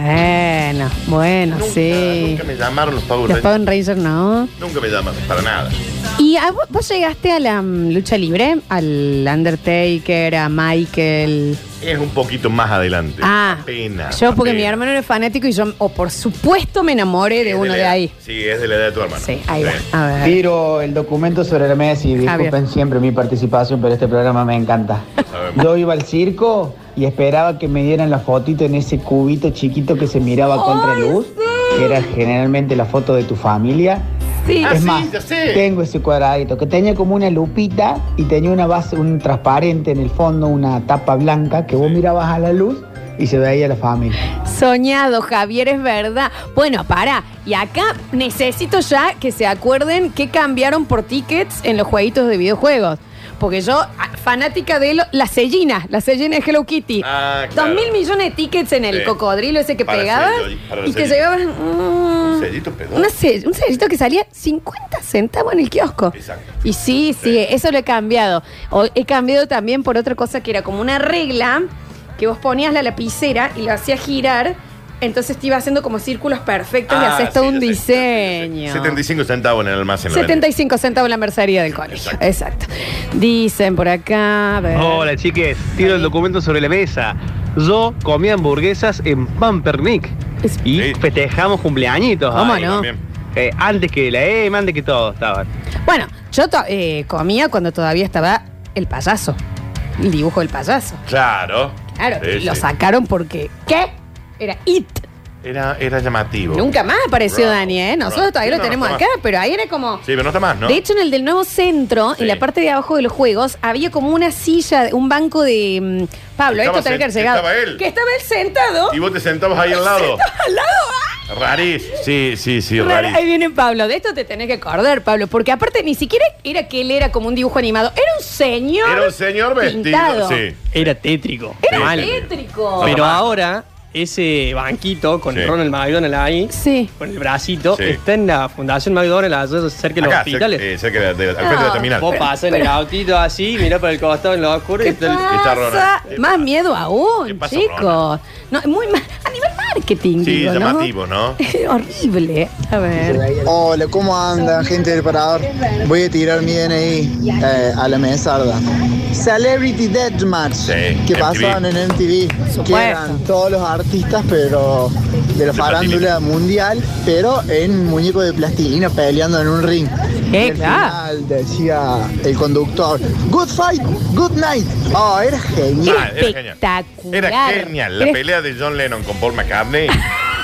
Bueno, bueno, sí.
Nunca me llamaron los Power
Los
Rangers.
Power Rangers no.
Nunca me llamaron, para nada.
¿Y a vos, vos llegaste a la mm, lucha libre? Al Undertaker, a Michael.
Es un poquito más adelante.
Ah,
Pena.
Yo, porque mi
pena.
hermano era fanático y yo, o por supuesto, me enamoré de uno
la
de
edad.
ahí.
Sí, es de la edad de tu hermano. Sí,
ahí va. A ver.
Tiro el documento sobre la mesa y disculpen
Javier.
siempre mi participación, pero este programa me encanta.
Sabemos.
Yo iba al circo y esperaba que me dieran la fotito en ese cubito chiquito que se miraba a contraluz, que era generalmente la foto de tu familia.
Sí. Ah,
es
sí,
más,
ya sé.
tengo ese cuadradito que tenía como una lupita y tenía una base, un transparente en el fondo, una tapa blanca que vos mirabas a la luz y se veía la familia.
Soñado, Javier, es verdad. Bueno, para. Y acá necesito ya que se acuerden que cambiaron por tickets en los jueguitos de videojuegos. Porque yo, a- fanática de lo- la sellina, la sellina de Hello Kitty.
Ah, claro.
Dos mil millones de tickets en el
Sí.
cocodrilo ese que
Para
pegaba
sello- para la
y que
sellina.
llevaban mm,
Un sellito pedón.
una sell- un sellito que salía 50 centavos en el kiosco. Y sí, sí, eso lo he cambiado. O- he cambiado también por otra cosa que era como una regla que vos ponías la lapicera y lo hacías girar, entonces te iba haciendo como círculos perfectos y
Ah,
hacías
sí,
todo
ya
un
sé,
diseño.
75 centavos en el almacén. lo venden.
75 centavos en la mercería del colegio. Exacto. Dicen por acá. a ver.
Oh,
Hola chiques, tiro el documento sobre la mesa. Yo comí hamburguesas en Pampernick y festejamos cumpleañitos.
¿Cómo
ahí.
no?
Eh, antes que la EM, antes que todo estaban.
Ah.
Bueno, yo to- eh, comía cuando todavía estaba el payaso, el dibujo del payaso.
Claro.
Claro,
Sí,
lo
sí.
sacaron porque ¿qué? Era IT.
Era, era llamativo.
Nunca más apareció Dani, ¿eh? Nosotros
Bravo.
todavía
Sí,
lo
no,
tenemos
no
acá,
está
pero ahí era como...
Sí, pero no está más, ¿no?
De hecho, en el del nuevo centro, en la parte de abajo de los juegos, había como una silla, un banco de... mm, Pablo,
Estaba
esto tenía que haber
sen-
llegado.
estaba él.
Que estaba él sentado.
Y vos te sentabas ahí al lado.
al lado.
Rarís. Sí, sí, sí,
Raro,
rarís.
ahí viene Pablo. De esto te tenés que acordar, Pablo, porque aparte ni siquiera era que él era como un dibujo animado. Era un señor.
Era un señor
pintado.
vestido. Sí.
Era tétrico.
Era
mal.
tétrico.
Pero ahora, ese banquito con Ronald McDonald ahí, con el bracito,
Sí.
está en la Fundación McDonald, allá cerca de los
Acá,
hospitales.
cer- eh, cerca de la- de la- al frente de la terminal.
Vos
Pero-
pasás en el
pero-
autito así, mirá para el costado en lo oscuro y está el-
Pasa más miedo aún, chicos. No, muy mal. A nivel marketing.
Sí,
digo, ¿no?
llamativo, ¿no?
Horrible. A ver.
Hola, ¿cómo andan, gente del parador? Voy a tirar mi DNI eh, a la mesarda. Celebrity Deathmatch, que
MTV.
pasaban en MTV, que eran todos los artistas, pero de la farándula mundial, pero en muñeco de plastilina peleando en un ring.
¿Qué?
Y al final decía el conductor, good fight, good night. Oh, era
Ah,
genial.
era genial. Era genial. La
Era-
pelea de John Lennon con Paul McCartney.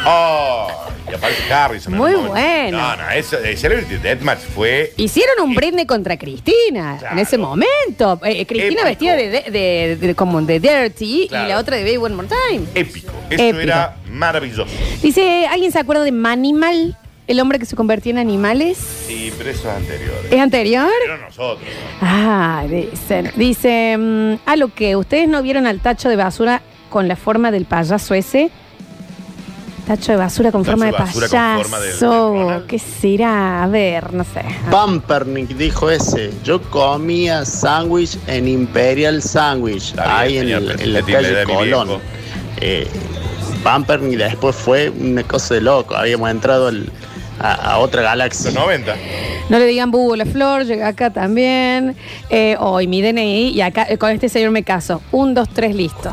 ¡Oh! Y aparte Harrison. en
Muy
el momento.
bueno.
No, no, eso, eh, Celebrity Deathmatch fue.
Hicieron un Britney contra Cristina en ese momento. Eh, eh, Cristina
Épico.
vestida de, de- de- de- como de Dirty
Claro.
y la otra de Baby One More Time.
Épico. Eso
Épico.
era maravilloso.
Dice, ¿alguien se acuerda de Manimal? El hombre que se convertía en animales.
Sí, pero eso es anterior. eh.
¿Es anterior?
Pero nosotros.
Ah, dicen. Dice, mm, a lo que ustedes no vieron al tacho de basura con la forma del payaso ese. Tacho de basura con
Tacho
forma
de
de
basura
payaso.
con forma del- del
¿Qué será? A ver, no sé.
Pampernick dijo ese. Yo comía sándwich en Imperial Sandwich, ahí en, el- en la
tiene la
calle
edad de mi
Colón. Eh, Pampernick después fue una cosa de loco. Habíamos entrado al- a, a otra galaxia.
Los 90.
No le digan bubo la flor, llega acá también. Eh, Hoy mi DNI y acá eh, con este señor me caso. Un, dos, tres, listo.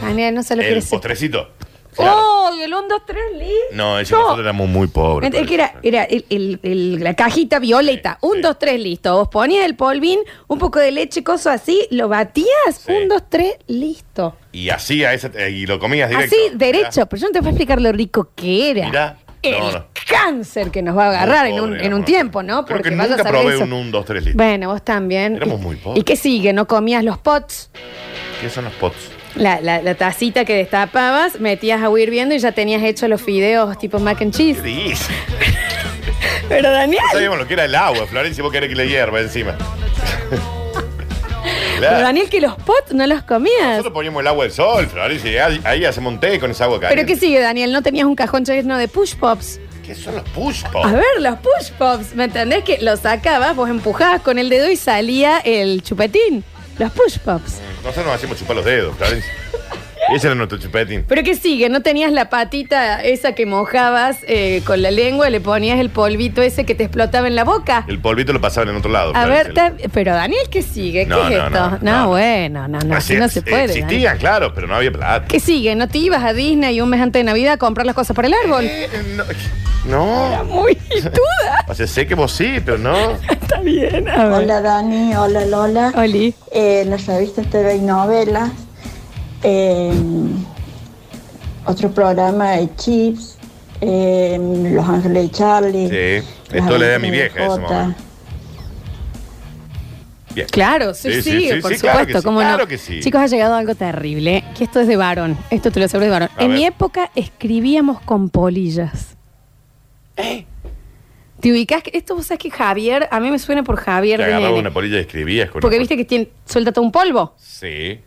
Daniel, no se lo
El
quieres.
postrecito.
¡Oh! El un, dos, tres, listo.
No, ese nosotros éramos muy pobres.
Es que era, era el- el- el- la cajita violeta. un, dos, tres, listo. Vos ponías el polvín, un poco de leche, coso así, lo batías. Un, dos, tres, listo.
Y hacía esa. eh, Y lo comías directo.
Así, derecho. Pero yo no te voy a explicar lo rico que era.
Mirá.
El
No, no.
cáncer que nos va a agarrar
Muy
en un,
pobre,
en un
amor.
tiempo, ¿no?
Creo que
vaya a
nunca
saber
probé
eso.
un 1, 2, 3 litros.
Bueno, vos también.
Éramos
¿Y-
muy pobres.
¿Y qué sigue? ¿No comías los pots?
¿Qué son los pots?
La, la- la tacita que destapabas, metías agua hirviendo y ya tenías hecho los fideos tipo mac and cheese.
Dice.
Pero Daniel.
No sabíamos lo que era el agua, Florencia, vos querés que le hierva encima.
Pero
claro.
Daniel, que los pots no los comías.
Nosotros poníamos el agua del sol, Florencia, y ahí, ahí hacemos un té con esa agua
¿Pero
caliente.
qué sigue, Daniel? ¿No tenías un cajón lleno de push pops?
¿Qué son los push pops?
A ver, los push pops. ¿Me entendés? Que los sacabas, vos empujabas con el dedo y salía el chupetín. Los push pops.
Nosotros nos hacíamos chupar los dedos, Florencia. Ese era nuestro chupetín.
¿Pero qué sigue? ¿No tenías la patita esa que mojabas eh, con la lengua y le ponías el polvito ese que te explotaba en la boca?
El polvito lo pasaban en otro lado.
A
Florencia.
ver, ta- pero Daniel, ¿qué sigue? ¿Qué
No,
es
no,
esto?
no,
No, bueno, no, no, así no se
Así
puede.
Existían,
Daniel.
claro, pero no había plata.
¿Qué sigue? ¿No te ibas a Disney un mes antes de Navidad a comprar las cosas para el árbol?
Eh, No.
Muy duda.
O sea, sé que vos sí, pero no.
Está bien.
Hola Dani, hola Lola. Eh,
Oli.
en las revistas TV y novelas. en otro programa de Chips. en Los Ángeles de Charlie.
Sí.
Las
Esto le da a mi
aventuras de
vieja en ese
Jota.
momento. Bien.
Claro, sí, sí,
claro
por supuesto,
que sí,
cómo no.
Claro que sí.
Chicos, ha llegado algo terrible, que esto es de varón, esto te lo aseguro es de varón.
A
en
ver.
mi época escribíamos con polillas.
¿Eh?
¿Te ubicás? que- Esto vos sabés que Javier, a mí me suena por Javier
Te
de
agarraba
nene.
una polilla y escribías con
Porque
una
viste que tiene, suelta todo un polvo.
pol- Sí.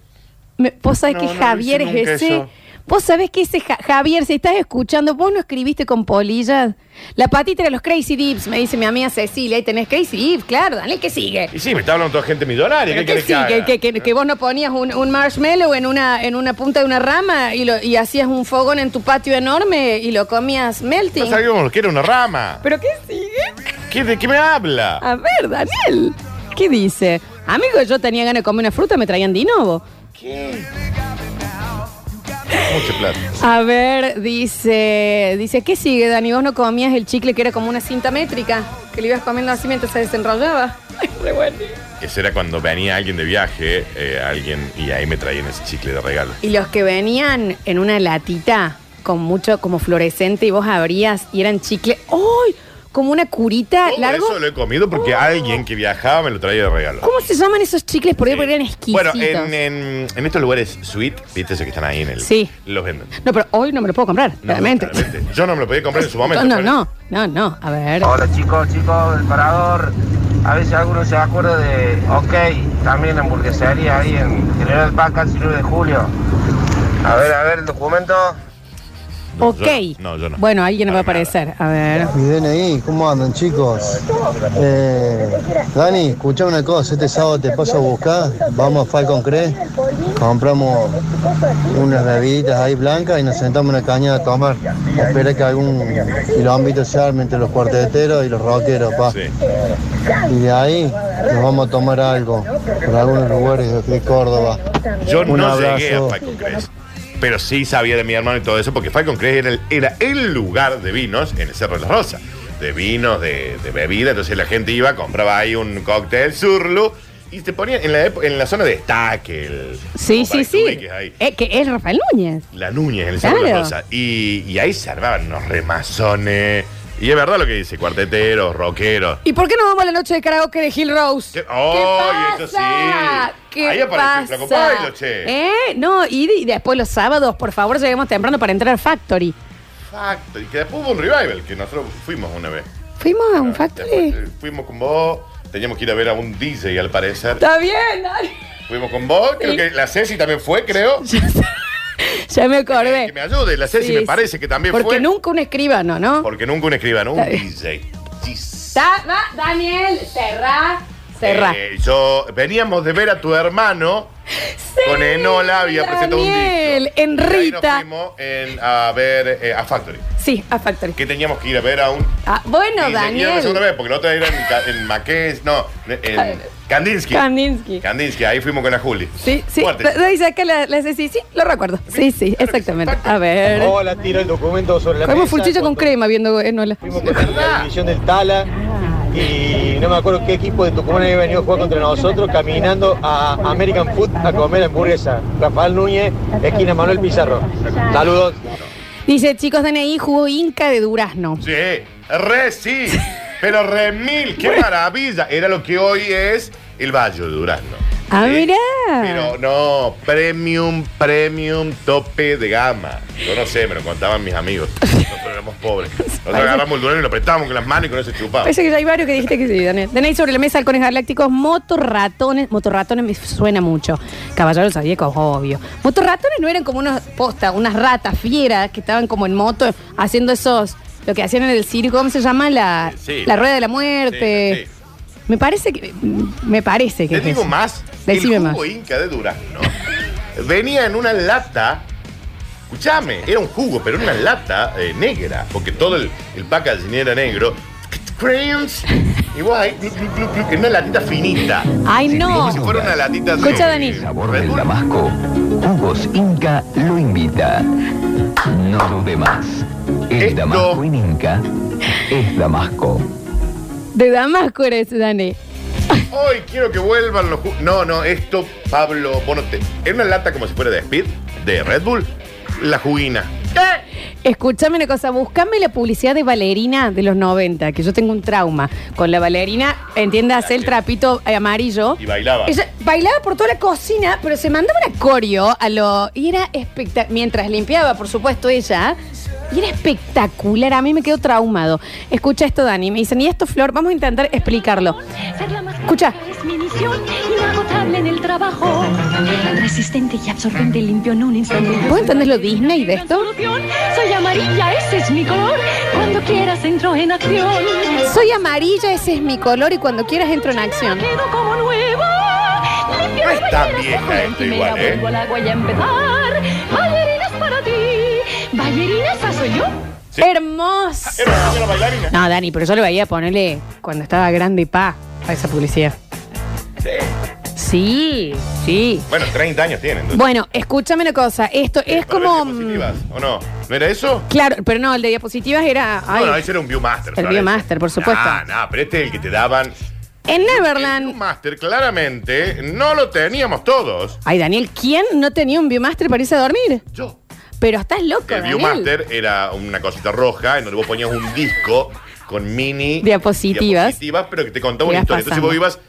Me- vos sabés
No,
que
no lo
Javier
hice
es
nunca
ese.
eso.
Vos sabés que ese Ja- Javier, si estás escuchando, vos no escribiste con polillas. La patita de los Crazy Dips, me dice mi amiga Cecilia, ahí tenés Crazy Dips, claro, dale, que sigue.
Y sí, me está hablando toda gente millonaria.
Pero
¿Qué
que
querés
sí,
que haga?
que, que- que- que vos no ponías un, un marshmallow en una, en una punta de una rama y, lo- y hacías un fogón en tu patio enorme y lo comías melting.
No sabíamos lo que era una rama.
¿Pero qué sigue?
¿Qué, ¿De qué me habla?
A ver, Daniel, ¿qué dice? Amigo, yo tenía ganas de comer una fruta, me traían dinovo.
Mucho plata.
A ver, dice, dice, ¿qué sigue, Dani? ¿Vos no comías el chicle que era como una cinta métrica? Que le ibas comiendo así mientras se desenrollaba. Re bueno.
Ese era cuando venía alguien de viaje, eh, alguien, y ahí me traían ese chicle de regalo.
Y los que venían en una latita con mucho como fluorescente y vos abrías y eran chicle. ¡Ay! Como una curita
Todo
largo.
Oh,
Oh.
Eso lo he comido porque alguien que viajaba me lo traía de regalo.
¿Cómo se llaman esos chicles? Por ahí porque eran exquisitos.
Bueno, en, en- en estos lugares sweet, viste eso que están ahí en el.
Sí.
Los venden.
No, pero hoy no me lo puedo comprar, claramente.
Claramente. Yo no me lo podía comprar en su momento.
no,
pero-
no, no, no. A ver.
Hola chicos, chicos del parador. A veces algunos se acuerda de, ok, también hamburguesería ahí en General Paca, el 9 de julio. A ver, a ver el documento.
No,
ok.
yo no, no, yo no.
Bueno, alguien va a aparecer. A ver.
Mi DNI, ¿cómo andan chicos? Eh, Dani, escucha una cosa, este sábado te paso a buscar, vamos a Falcon Crest, compramos unas bebidas ahí blancas y nos sentamos en una caña a tomar. Espera que algún kilómetro se arme entre los cuarteteros y los rockeros, pa. Y de ahí nos vamos a tomar algo por algunos lugares de Córdoba.
Yo
Un
no
abrazo.
llegué a Falcon Crest. Pero sí sabía de mi hermano y todo eso, porque Falcon Crest era el, era el lugar de vinos en el Cerro de la Rosa. De vinos, de, de bebida. Entonces la gente iba, compraba ahí un cóctel surlo y te ponía en la, epo- en la zona de destaque. el-
Sí,
como para
sí,
que
sí.
ubiques ahí.
Eh, que es Rafael Núñez.
La Núñez en el Cerro de la
Claro.
Rosa. Y, y ahí se armaban unos remazones. Y es verdad lo que dice, cuarteteros, rockeros.
¿Y por qué no vamos a la noche de karaoke de Hill Rose?
¿Qué, ¡Ay, eso sí!
¿Qué
Ahí aparece el
pasa?
Flaco Pailo, che.
¿Eh? No, y, de- y después los sábados, por favor, lleguemos temprano para entrar al Factory.
Exacto. Y que después hubo un revival, que nosotros fuimos una vez.
¿Fuimos a
Ah,
un Factory?
eh, Fuimos con vos, teníamos que ir a ver a un DJ al parecer.
Está bien, dale.
Fuimos con vos, creo
Sí.
que la Ceci también fue, creo.
Ya me acordé. Que
me ayude, la Ceci me parece que también
Porque
fue.
nunca un escribano, ¿no?
Porque nunca un escribano, un
Está bien.
DJ.
Da- va, Daniel, cerrá, cerrá.
Eh, yo veníamos de ver a tu hermano con Enola, había presentado un disco.
Daniel,
Y ahí nos
Enrita.
fuimos en- a ver eh, a Factory.
Sí, a Factory.
Que teníamos que ir a ver a un.
Ah, bueno,
y se- y era la segunda
Daniel.
vez, porque la otra era en, Ca- en Maqués, no, en Kandinsky.
Kandinsky.
Kandinsky, ahí fuimos con la Juli.
Sí, sí.
Fuerte.
Da- Dice acá la, la Ceci. Sí, lo recuerdo. Sí, sí, exactamente. A ver.
Hola, tiro el documento sobre la
Comimos
mesa.
fulchillo con
Cuando
crema viendo Enola.
fuimos con la división del Tala y no me acuerdo qué equipo de Tucumán había venido a jugar contra nosotros caminando a American Food a comer hamburguesa. Rafael Núñez, esquina Manuel Pizarro. Saludos.
Dice, chicos, DNI jugó Inca de Durazno.
Sí, re sí, pero re mil, qué maravilla. Era lo que hoy es el Valle de Durazno.
Ah, mirá.
Pero no, premium, premium, tope de gama. Yo no sé, me lo contaban mis amigos. Nosotros éramos pobres. Nosotros agarramos el durazno y lo apretábamos con las manos y con eso chupábamos.
Parece que ya hay varios que dijiste que sí, Daniel. DNI sobre la mesa, halcones galácticos, motorratones. Motorratones me suena mucho. Caballeros zodíacos, obvio. Motorratones no eran como unos posta, unas ratas fieras que estaban como en moto haciendo esos. Lo que hacían en el circo, ¿cómo se llama? La,
Sí, la-
la rueda de la muerte. Me parece que. Me parece que.
Te
es
digo
eso.
más.
Decime
el
más.
jugo Inca de Durazno venía en una lata. Escuchame, era un jugo, pero era una lata eh, negra, porque todo el, el packaging era negro. Creams. Y vos ahí, gluc, gluc, gluc, gluc, en una latita finita.
Ay, no.
Si fuera una latita de-
Escucha, Dani.
sabor del Damasco, Jugos Inca lo invita. No dude más. El Damasco en Inca es Damasco.
De Damasco eres, Dani.
Hoy quiero que vuelvan los jugos. No, no, esto, Pablo, bueno, te, era una lata como si fuera de Speed, de Red Bull, la juguina.
Escúchame una cosa, buscame la publicidad de Valerina de los 90, que yo tengo un trauma con la Valerina, entiendas, el trapito eh, amarillo.
Y bailaba.
Ella bailaba por toda la cocina, pero se mandaba una coreo a lo. Y era espectacular. Mientras limpiaba, por supuesto, ella. Y era espectacular. A mí me quedó traumado. Escucha esto, Dani. Me dicen, ¿y esto, Flor? Vamos a intentar explicarlo. Escucha.
Es mi misión, inagotable en el trabajo. Resistente y absorbente, limpio en un instante.
¿Vos entendés lo Disney de esto?
Soy amarilla, ese es mi color. Cuando quieras entro en acción.
Soy amarilla, ese es mi color, y cuando quieras entro en acción.
como nuevo. Limpio
No es tan vieja esto igual,
primera, vuelvo
¿eh?
al agua y a empezar. Ballerinas para ti. Ballerinas, ¿esa soy yo.
Hermoso. No, Dani, pero yo le veía ponerle cuando estaba grande pa a esa publicidad. Sí, sí.
Bueno, 30 años tienen. entonces.
Bueno, escúchame una cosa. Esto es como. mm,
Diapositivas, ¿O no? ¿No era eso?
Claro, pero no, el de diapositivas era. ay,
No, no, ese era un Viewmaster.
El
Flores.
Viewmaster, por supuesto.
Ah, no, pero este es el que te daban.
En Neverland.
Master, claramente, no lo teníamos todos.
Ay, Daniel, ¿quién no tenía un Viewmaster para irse a dormir?
Yo.
Pero estás loco,
El
Daniel.
Viewmaster era una cosita roja en donde vos ponías un disco con mini
Diapositivas.
diapositivas, pero que te contaba una
Ibas
historia. Entonces vos ibas,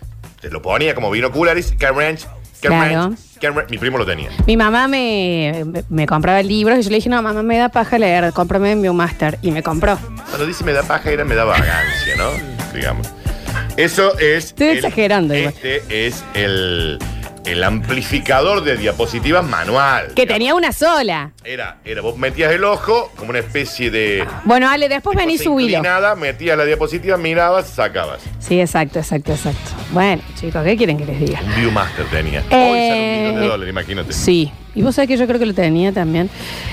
te lo ponía como binoculares, Car Ranch, Car
Claro.
Ranch, Car Ranch. Mi primo lo tenía.
Mi mamá me, me compraba libros y yo le dije, no, mamá, me da paja leer, cómprame un Viewmaster. Y me compró.
Cuando dice me da paja, era me da vagancia, ¿no? Digamos. Eso es.
Estoy exagerando, igual.
Este es el. el amplificador de diapositivas manual.
Que tenía una sola.
Era, era, vos metías el ojo como una especie de
Bueno, Ale, después vení y subilo.
nada, metías la diapositiva, mirabas, sacabas.
Sí, exacto, exacto, exacto. Bueno, chicos, ¿qué quieren que les diga?
Un Viewmaster tenía. Hoy sale un
Eh,
millón de dólares, imagínate.
Sí. Y vos sabés que yo creo que lo tenía también.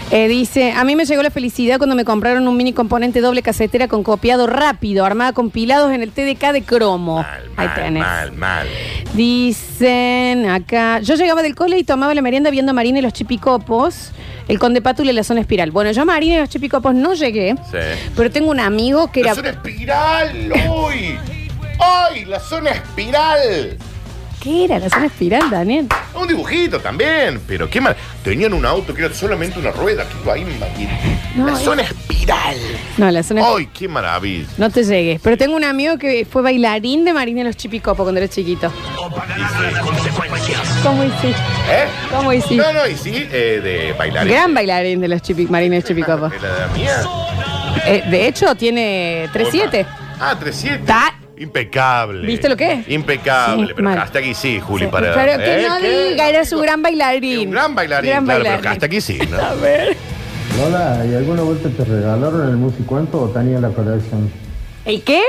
Eh, dice, a mí me llegó la felicidad cuando me compraron un mini componente doble casetera con copiado rápido, armada con pilados en el TDK de cromo. Ahí
Mal,
tenés.
mal, mal.
Dicen acá, yo llegaba del cole y tomaba la merienda viendo a Marina y los chipicopos, el conde Pátula y la zona espiral. Bueno, yo a Marina y los chipicopos no llegué,
Sí.
pero tengo un amigo que
La
era...
zona espiral, hoy. Hoy, la zona espiral.
¿Qué era la zona espiral, Daniel?
Un dibujito también, pero qué mal. Tenían un auto que era solamente una rueda, que iba ahí, y-
No,
la
es-
zona espiral.
No, la zona
Ay, qué maravilla.
No te llegues, pero tengo un amigo que fue bailarín de Marina y los chipicopos cuando era chiquito. ¿Cómo hiciste?
¿Eh?
¿Cómo hiciste?
No, no, y sí, eh, de bailar.
Gran bailarín de los chipi, Marina y los chipicopos.
¿Es la mía?
Eh, de hecho, tiene 3-7.
Ah, 3-7.
Ta-
Impecable.
¿Viste lo que es?
Impecable,
Sí,
pero
mal.
hasta aquí sí, Juli, para.
Pero que
¿eh?
no
¿Qué?
diga, era su gran bailarín.
Gran bailarín,
Gran
claro,
bailarín.
pero hasta aquí sí, ¿no?
A ver.
Lola, ¿y alguna vuelta te regalaron el Musicuento o tenía la colección?
¿El qué?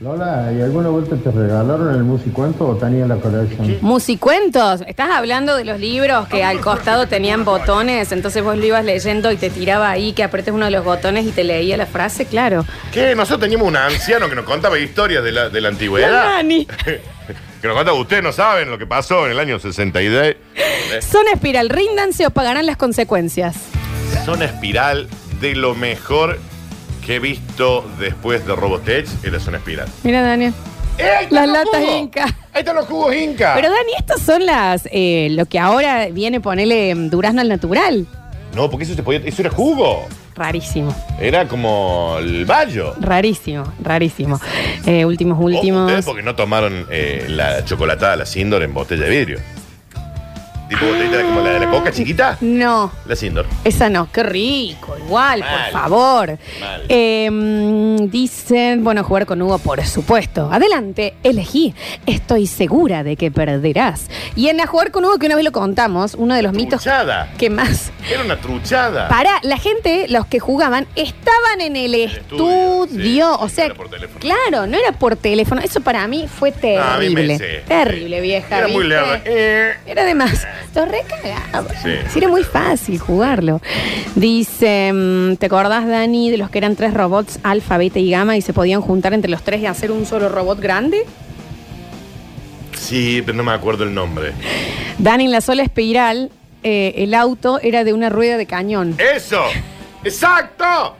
Lola, ¿y alguna vuelta te regalaron el Musicuento o tenía la colección?
Musicuentos. Estás hablando de los libros que al costado tenían botones, entonces vos lo ibas leyendo y te tiraba ahí que apretes uno de los botones y te leía la frase, claro.
¿Qué? Nosotros teníamos un anciano que nos contaba historias de la, de la
La
antigüedad.
Nani.
Que nos contaba, ustedes no saben lo que pasó en el año 62. Eh,
Zona espiral, ríndanse o pagarán las consecuencias.
Zona espiral de lo mejor que he visto después de Robotech en la zona espiral.
Mira, Daniel.
Este
Las latas Inca.
Ahí están los cubos Inca.
Pero Dani, estos son las eh, lo que ahora viene ponerle mm, durazno al natural.
No, porque eso se podía. Eso era jugo.
Rarísimo,
Era como el bayo.
rarísimo, rarísimo. Eh, últimos, últimos.
Oh, Ustedes porque no tomaron eh, la chocolatada, la Sindor en botella de vidrio. Tipo botellita como la de la coca chiquita.
No,
La Sindor.
esa no, qué rico, igual,
Mal.
por favor.
Mal.
Eh, mm, dicen, bueno, jugar con Hugo, por supuesto. Adelante, elegí. Estoy segura de que perderás. Y en A Jugar con Hugo, que una vez lo contamos, uno de los mitos
Truchada.
que más
Era una truchada.
Para la gente, los que jugaban, estaban en el, estudio.
estudio,
o sea, claro, no era por teléfono. Eso para mí fue terrible.
a mí me- sí,
terrible, vieja.
Era muy
¿viste?
lerdo. Eh.
Era de más. Lo recagaba.
Sí.
Sí, era muy fácil jugarlo. Dice, mm, ¿te acordás, Dani, de los que eran tres robots, alfa, beta y gamma, y se podían juntar entre los tres y hacer un solo robot grande?
Sí, pero no me acuerdo el nombre.
Dani, en la sola espiral, eh, el auto era de una rueda de cañón.
¡Eso! ¡Exacto!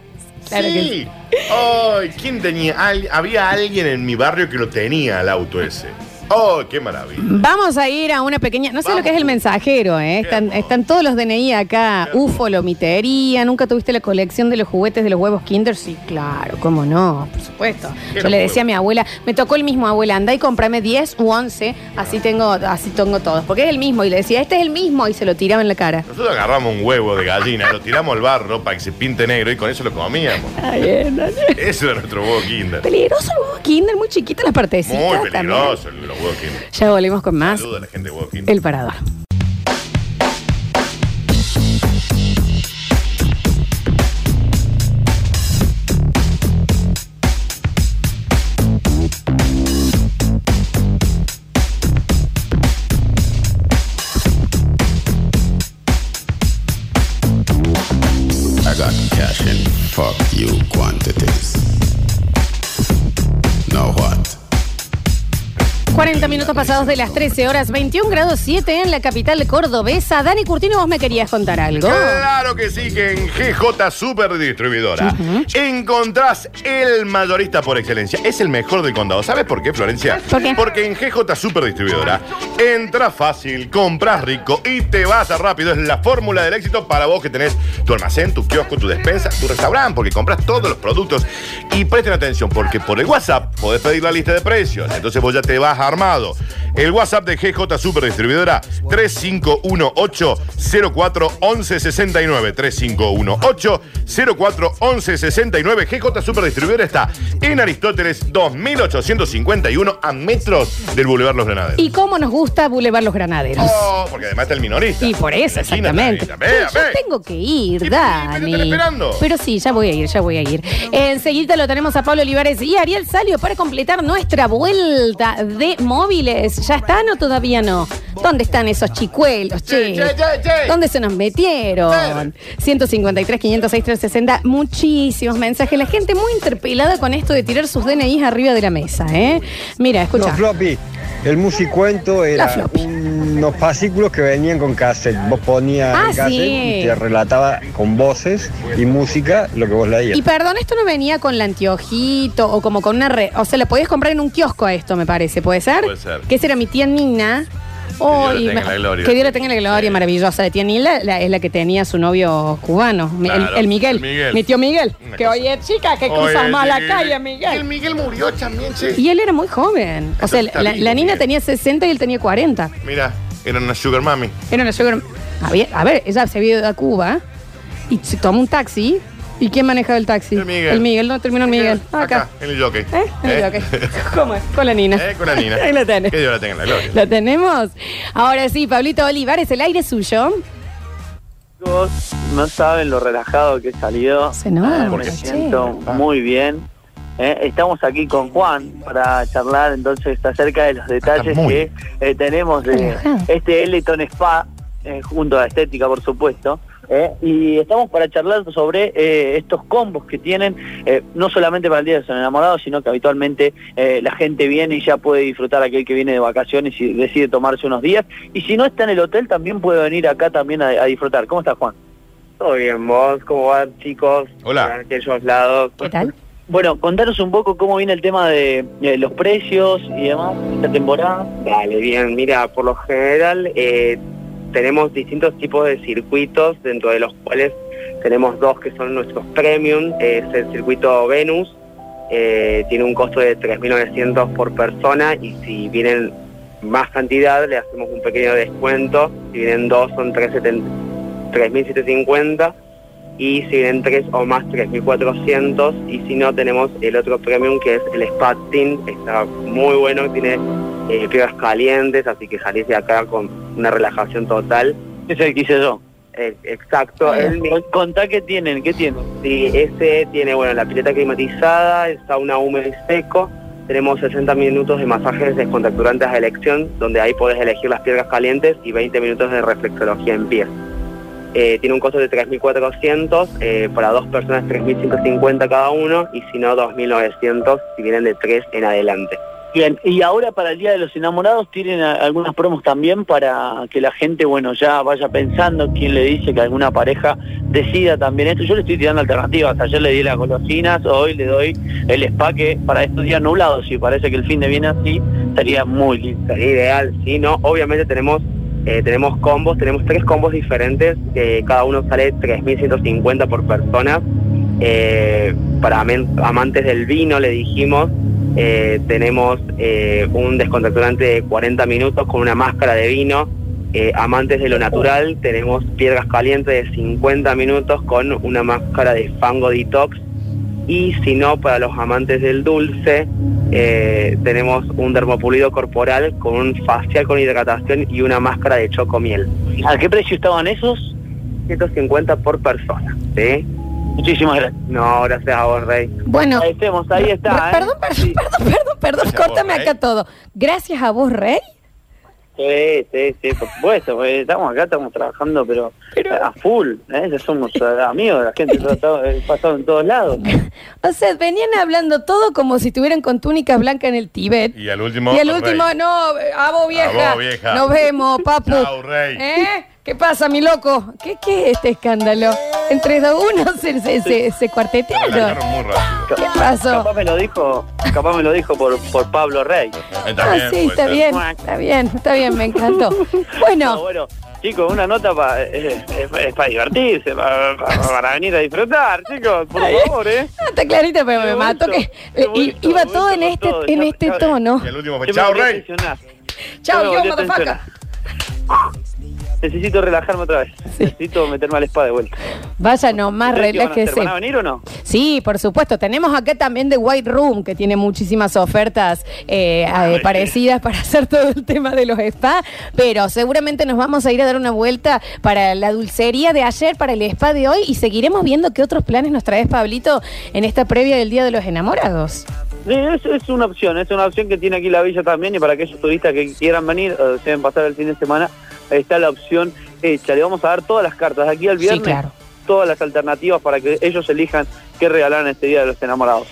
Claro
sí.
que sí.
Ay, ¿quién tenía? Al- había alguien en mi barrio que lo tenía el auto ese. ¡Oh, qué maravilla!
Vamos a ir a una pequeña. No sé lo que es el mensajero, ¿eh? Están, están todos los DNI acá. UFO, lomitería. ¿Nunca tuviste la colección de los juguetes de los huevos Kinder? Sí, claro, cómo no, por supuesto. Yo
Era
le
un
decía a mi abuela, me tocó el mismo abuela, anda y comprame 10 u 11, así tengo, así tengo todos. Porque es el mismo. Y le decía, este es el mismo, y se lo tiraba en la cara.
Nosotros agarramos un huevo de gallina, lo tiramos al barro para que se pinte negro y con eso lo comíamos. Eso era nuestro huevo kinder.
Peligroso el huevo Kinder, muy chiquita las partecitas.
Muy
también.
peligroso el- los huevos kinder.
Ya volvemos con más.
Saludos a la gente de huevo kinder.
El parador.
I got cash in fuck you quantities. Now what?
40 minutos pasados de las 13 horas, 21 grados 7 en la capital cordobesa. Dani Curtino, vos me querías contar algo.
Claro que sí, que en GJ Super Distribuidora encontrás el mayorista por excelencia. Es el mejor del condado. ¿Sabes por qué, Florencia? Porque en GJ Super Distribuidora entras fácil, compras rico y te vas a rápido. Es la fórmula del éxito para vos que tenés tu almacén, tu kiosco, tu despensa, tu restaurante, porque compras todos los productos. Y presten atención, porque por el WhatsApp podés pedir la lista de precios. Entonces vos ya te vas a armado. El WhatsApp de GJ Superdistribuidora 3518-041169. 3518-041169. GJ Superdistribuidora está en Aristóteles 2851 a metros del Boulevard Los Granaderos.
¿Y cómo nos gusta Boulevard Los Granaderos?
Oh, porque además está el minorista.
Y por eso,
Imagínate,
exactamente.
Margarita, vea,
Pero
vea.
yo tengo que ir, Dani.
esperando.
Pero sí, ya voy a ir, ya voy a ir. Enseguida lo tenemos a Pablo Olivares y Ariel Salio para completar nuestra vuelta de móviles. ¿Ya están o todavía no? ¿Dónde están esos chicuelos, che?
che, che, che.
¿Dónde se nos metieron? 153, 506, 360. Muchísimos mensajes. La gente muy interpelada con esto de tirar sus DNIs arriba de la mesa, ¿eh? Mira, escucha.
Los floppy. El musicuento
La
era
floppy.
unos fascículos que venían con cassette. Vos ponías
Ah,
el cassette
sí.
y te relataba con voces y música lo que vos leías.
Y perdón, esto no venía con la anteojito o como con una red. O sea, lo podías comprar en un kiosco a esto, me parece, ¿puede ser?
Puede ser.
Que esa era mi tía Nina.
Dios la
Ay,
tenga
me-
la gloria.
que Dios la tenga en la gloria, maravillosa. La tía Nina la- es la que tenía su novio cubano, mi- el-
Claro,
el, Miguel,
el Miguel.
Mi tío Miguel.
Una
que hoy es chica, que
Hoy
cruzas
es
más la
chica.
calle, Miguel.
El Miguel murió también, che.
Y él era muy joven. O sea,
está
la,
vivo,
la Nina tenía 60 y él tenía 40.
Mira, era una Sugar Mami.
Era una sugar. había- a ver, ella se había ido a Cuba y se tomó un taxi. ¿Y quién manejaba el taxi? El
Miguel.
El Miguel, no terminó el Miguel. Acá.
En el jockey.
¿Eh? En el jockey. ¿Cómo es? Con la Nina.
Eh, con la Nina.
Ahí la tenés.
Que Dios la tenga en la gloria.
¿La tenemos? Ahora sí, Pablito Olivares, el aire es suyo.
Chicos, no saben lo relajado que he salido.
nota,
Eh, me
che.
siento muy bien. Eh, estamos aquí con Juan para charlar entonces acerca de los detalles
muy-
que eh, tenemos de este Eleton Spa, eh, junto a Estética, por supuesto. eh, y estamos para charlar sobre eh, estos combos que tienen, eh, no solamente para el Día de los Enamorados, sino que habitualmente eh, la gente viene y ya puede disfrutar aquel que viene de vacaciones y decide tomarse unos días. Y si no está en el hotel, también puede venir acá también a- a disfrutar. ¿Cómo estás, Juan?
Todo bien, vos, ¿cómo van, chicos? Hola. aquellos lados.
¿Qué tal?
Bueno, contanos un poco cómo viene el tema de, eh, los precios y demás, esta temporada.
Dale, bien, mira, por lo general eh, tenemos distintos tipos de circuitos, dentro de los cuales tenemos dos que son nuestros premium, es el circuito Venus, eh, tiene un costo de 3.900 por persona y si vienen más cantidad le hacemos un pequeño descuento, si vienen dos son 3.700 3.750 y si vienen tres o más 3.400 y si no tenemos el otro premium que es el Spa Team, está muy bueno, tiene eh, piedras calientes, así que salís de acá con una relajación total.
Es el que hice yo. Ah,
exacto, él mismo.
Contá qué tienen, qué tienen.
Sí, ese tiene, bueno, la pileta climatizada, el sauna húmedo y seco. Tenemos 60 minutos de masajes descontracturantes a elección, donde ahí podés elegir las piedras calientes y 20 minutos de reflexología en pie. Eh, tiene un costo de 3.400, eh, para dos personas 3.150 cada uno y si no 2.900 si vienen de tres en adelante.
Bien, y ahora para el Día de los Enamorados tienen a- algunas promos también para que la gente, bueno, ya vaya pensando quién le dice que alguna pareja decida también esto. Yo le estoy tirando alternativas. Ayer le di las golosinas, hoy le doy el spa que para estos días nublados, si parece que el fin de viene así, estaría muy lindo.
Sería ideal, sí, no, obviamente tenemos eh, tenemos combos, tenemos tres combos diferentes, eh, cada uno sale 3.150 por persona. Eh, para amen- amantes del vino le dijimos, eh, tenemos eh, un descontracturante de 40 minutos con una máscara de vino. Eh, amantes de lo natural, tenemos piedras calientes de 50 minutos con una máscara de fango detox. Y si no, para los amantes del dulce, eh, tenemos un dermopulido corporal con un facial con hidratación y una máscara de chocomiel.
¿A qué precio estaban esos?
150 por persona, ¿sí?
Muchísimas gracias.
No, gracias a vos, Rey.
Bueno.
Ahí estemos, ahí está. ¿eh?
Perdón, perdón, perdón, perdón, perdón, córtame acá todo. Gracias a vos, Rey.
Sí, sí, sí, por supuesto, porque estamos acá, estamos trabajando, pero, a full, ¿eh? ya somos eh, amigos, la gente ha tratado- eh, pasado en todos lados.
O sea, venían hablando todo como si estuvieran con túnicas blancas en el Tíbet.
Y al último.
y el
Rey.
último, no, eh, a vos vieja.
A vos, vieja.
Nos vemos, papu.
Chau, Rey.
¿Eh? ¿Qué pasa, mi loco? ¿Qué, qué es este escándalo? En 3, 2, 1 se, se, se, se cuartetearon.
Largaron muy rápido.
¿Qué pasó?
Capaz me lo dijo, capaz me lo dijo por, por Pablo Rey.
Ah, sí, está bien, está bien, está bien, me encantó.
No,
Bueno,
bueno, chicos, una nota pa- eh, eh, es para divertirse, pa- pa- para, venir a disfrutar, chicos, por
Está bien.
favor, ¿eh?
no está clarita, pero me mató que i- iba todo en este, en este tono.
Y el último fue,
Yo me
chao,
volví a
Rey.
tensionar.
Chao,
Yo me
yo,
volví a
motherfucker.
tensionar. Necesito relajarme otra vez. Necesito meterme al spa de vuelta.
Vaya nomás,
¿Ustedes qué van a hacer?
relájese.
¿Van a venir o no?
Sí, por supuesto. Tenemos acá también The White Room, que tiene muchísimas ofertas eh,
Ah,
eh, parecidas para hacer todo el tema de los spa, pero seguramente nos vamos a ir a dar una vuelta para la dulcería de ayer, para el spa de hoy, y seguiremos viendo qué otros planes nos traes, Pablito, en esta previa del Día de los Enamorados.
Sí, es, es una opción, es una opción que tiene aquí la villa también y para aquellos turistas que quieran venir o deseen pasar el fin de semana, está la opción hecha. Le vamos a dar todas las cartas de aquí al viernes,
claro.
todas las alternativas para que ellos elijan qué regalar en este Día de los Enamorados.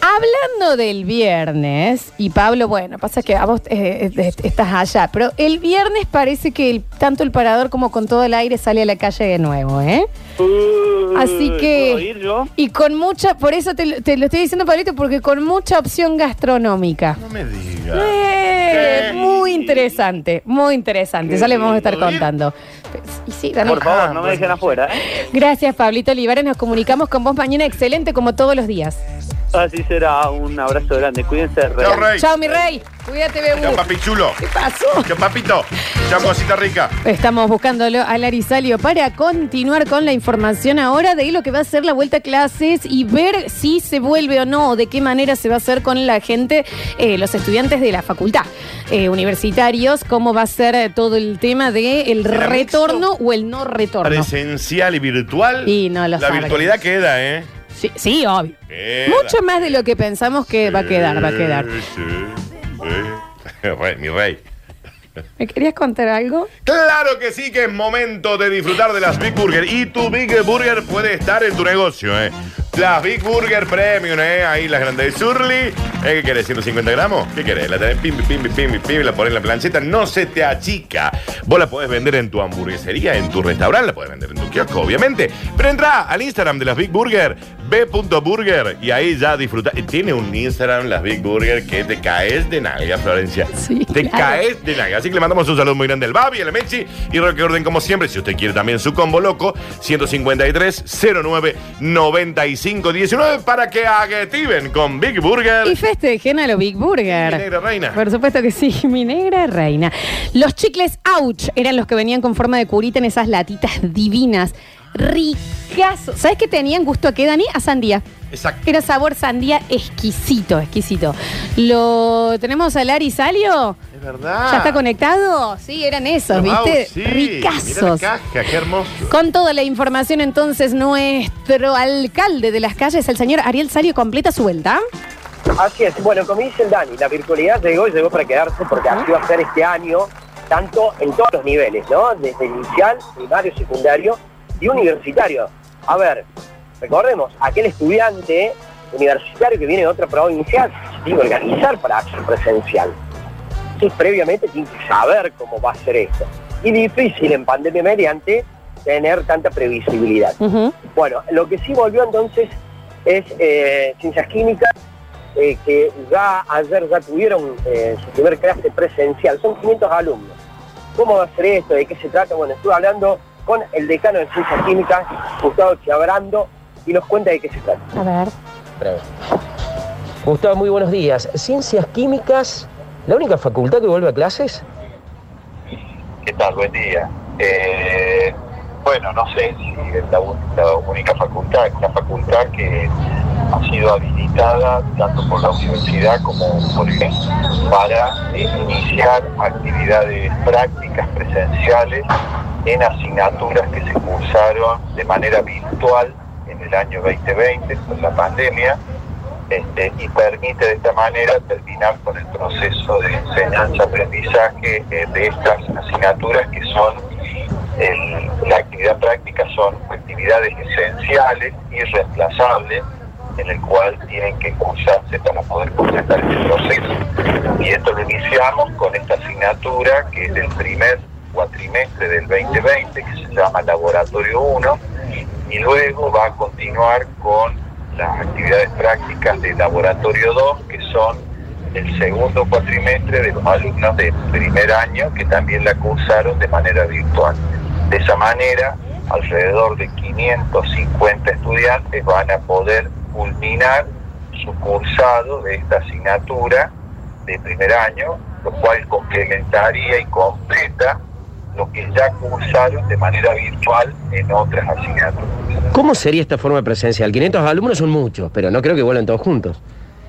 Hablando del viernes, y Pablo, bueno, pasa que a vos eh, eh, estás allá, pero el viernes parece que el- tanto el parador como con todo el aire sale a la calle de nuevo, ¿eh? Así
¿puedo
que.
ir yo?
Y con mucha. Por eso te, lo- te lo estoy diciendo, Pablito, porque con mucha opción gastronómica.
No me digas.
Eh, muy interesante, muy interesante. Ya le vamos a estar contando. Y sí, Ah, dame-
¿eh? Por favor, no me dejen afuera. ¿eh?
Gracias, Pablito Olivares. Nos comunicamos con vos mañana. Excelente, como todos los días.
Así será, un abrazo grande, cuídense.
Chao, Rey.
Chao, mi rey. Cuídate, Bebu.
Chao, papi chulo.
¿Qué pasó?
Chao, papito. Chao, cosita rica.
Estamos buscándolo a Larisalio para continuar con la información ahora de lo que va a ser la vuelta a clases y ver si se vuelve o no, o de qué manera se va a hacer con la gente, eh, los estudiantes de la facultad, eh, universitarios, cómo va a ser eh, todo el tema del el retorno o el no retorno.
Presencial y virtual.
Y no lo
La
saben.
virtualidad queda, ¿eh?
Sí, sí, obvio.
Queda.
Mucho más de lo que pensamos que va a quedar, va a quedar.
Eh, Sí, sí, sí. Rey, mi rey.
¿Me querías contar algo?
Claro que sí, que es momento de disfrutar de las Big Burger. Y tu Big Burger puede estar en tu negocio, ¿eh? Las Big Burger Premium, ¿eh? Ahí las grandes de Surly. ¿Eh? ¿Qué querés? ¿150 gramos? ¿Qué querés? La tenés pim, pim, pim, pim, pim, la ponés en la plancheta. No se te achica. Vos la podés vender en tu hamburguesería, en tu restaurante, la podés vender en tu kiosco, obviamente. Pero entra al Instagram de las Big Burger, b.burger, y ahí ya disfruta. Tiene un Instagram, las Big Burger, que te caes de nalga, Florencia. Te
claro.
caes de nalga. Así que le mandamos un saludo muy grande al Babi, al Mechi y recuerden como siempre, si usted quiere también su combo loco, 153 09 95 19 para que agetiven con Big Burger.
Y festejen a lo Big Burger.
Mi negra reina.
Por supuesto que sí, mi negra reina. Los chicles ouch eran los que venían con forma de curita en esas latitas divinas. Ricas. ¿Sabes qué tenían gusto a qué, Dani? A sandía.
Exacto.
Era sabor sandía exquisito, exquisito. Lo tenemos a Lari Salio.
Es verdad.
¿Ya está conectado? Sí, eran esos,
Los
¿viste?
ouch, sí. Mirá la
Ricazos.
caja, qué hermoso.
Con toda la información, entonces, nuestro alcalde de las calles, el señor Ariel Salio, completa su vuelta.
Así es. Bueno, como dice el Dani, la virtualidad llegó y llegó para quedarse porque así va a ser este año, tanto en todos los niveles, ¿no? Desde inicial, primario, secundario y universitario. A ver, recordemos, aquel estudiante universitario que viene de otra provincia tiene que organizar para acción presencial. Entonces, previamente tiene que saber cómo va a ser esto. Y difícil en pandemia mediante tener tanta previsibilidad. Bueno, lo que sí volvió entonces es eh, ciencias químicas, eh, que ya ayer ya tuvieron eh, su primer clase presencial. Son 500 alumnos. ¿Cómo va a ser esto? ¿De qué se trata? Bueno, estuve hablando con el decano de ciencias químicas, Gustavo Chiabrando, y nos cuenta de qué se trata.
A ver.
Gustavo, muy buenos días. Ciencias Químicas, la única facultad que vuelve a clases.
¿Qué tal? Buen día. Eh, bueno, no sé si es la, un- la única facultad, es una facultad que ha sido habilitada tanto por la universidad como por el para eh, iniciar actividades prácticas presenciales en asignaturas que se cursaron de manera virtual en el año 2020 con la pandemia este, y permite de esta manera terminar con el proceso de enseñanza-aprendizaje eh, de estas asignaturas que son el- la actividad práctica son actividades esenciales, irreemplazables, en el cual tienen que cursarse para poder completar este proceso. Y esto lo iniciamos con esta asignatura que es del primer cuatrimestre del 2020, que se llama Laboratorio 1, y luego va a continuar con las actividades prácticas de laboratorio 2, que son el segundo cuatrimestre de los alumnos de primer año que también la cursaron de manera virtual. De esa manera, alrededor de 550 estudiantes van a poder culminar su cursado de esta asignatura de primer año, lo cual complementaría y completa lo que ya cursaron de manera virtual en otras asignaturas.
¿Cómo sería esta forma presencial? 500 alumnos son muchos, pero no creo que vuelan todos juntos.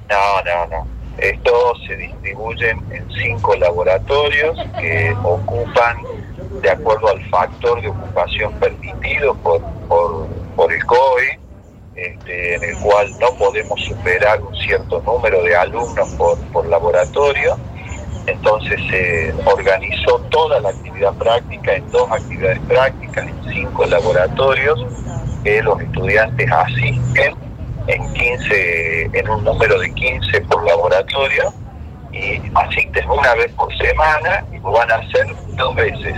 No, no, no. Estos se distribuyen en cinco laboratorios que ocupan, de acuerdo al factor de ocupación permitido por, por, por el COE, este, en el cual no podemos superar un cierto número de alumnos por, por laboratorio. Entonces se organizó toda la actividad práctica en dos actividades prácticas, en cinco laboratorios, que los estudiantes asisten en 15, en un número de 15 por laboratorio y asisten una vez por semana y lo van a hacer dos veces,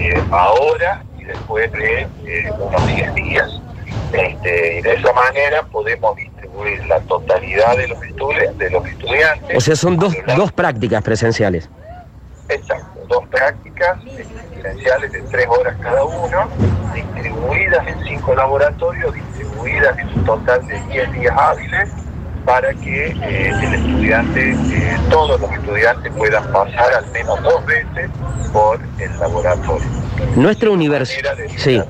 eh, ahora y después de eh, unos 10 días. Este, y de esa manera podemos distribuir la totalidad de los, estudiantes, de los estudiantes.
O sea, son dos, dos prácticas presenciales.
Exacto, dos prácticas presenciales de tres horas cada uno, distribuidas en cinco laboratorios, distribuidas en un total de 10 días hábiles, para que eh, el estudiante, eh, todos los estudiantes puedan pasar al menos dos veces por el laboratorio.
Nuestra universidad. Sí.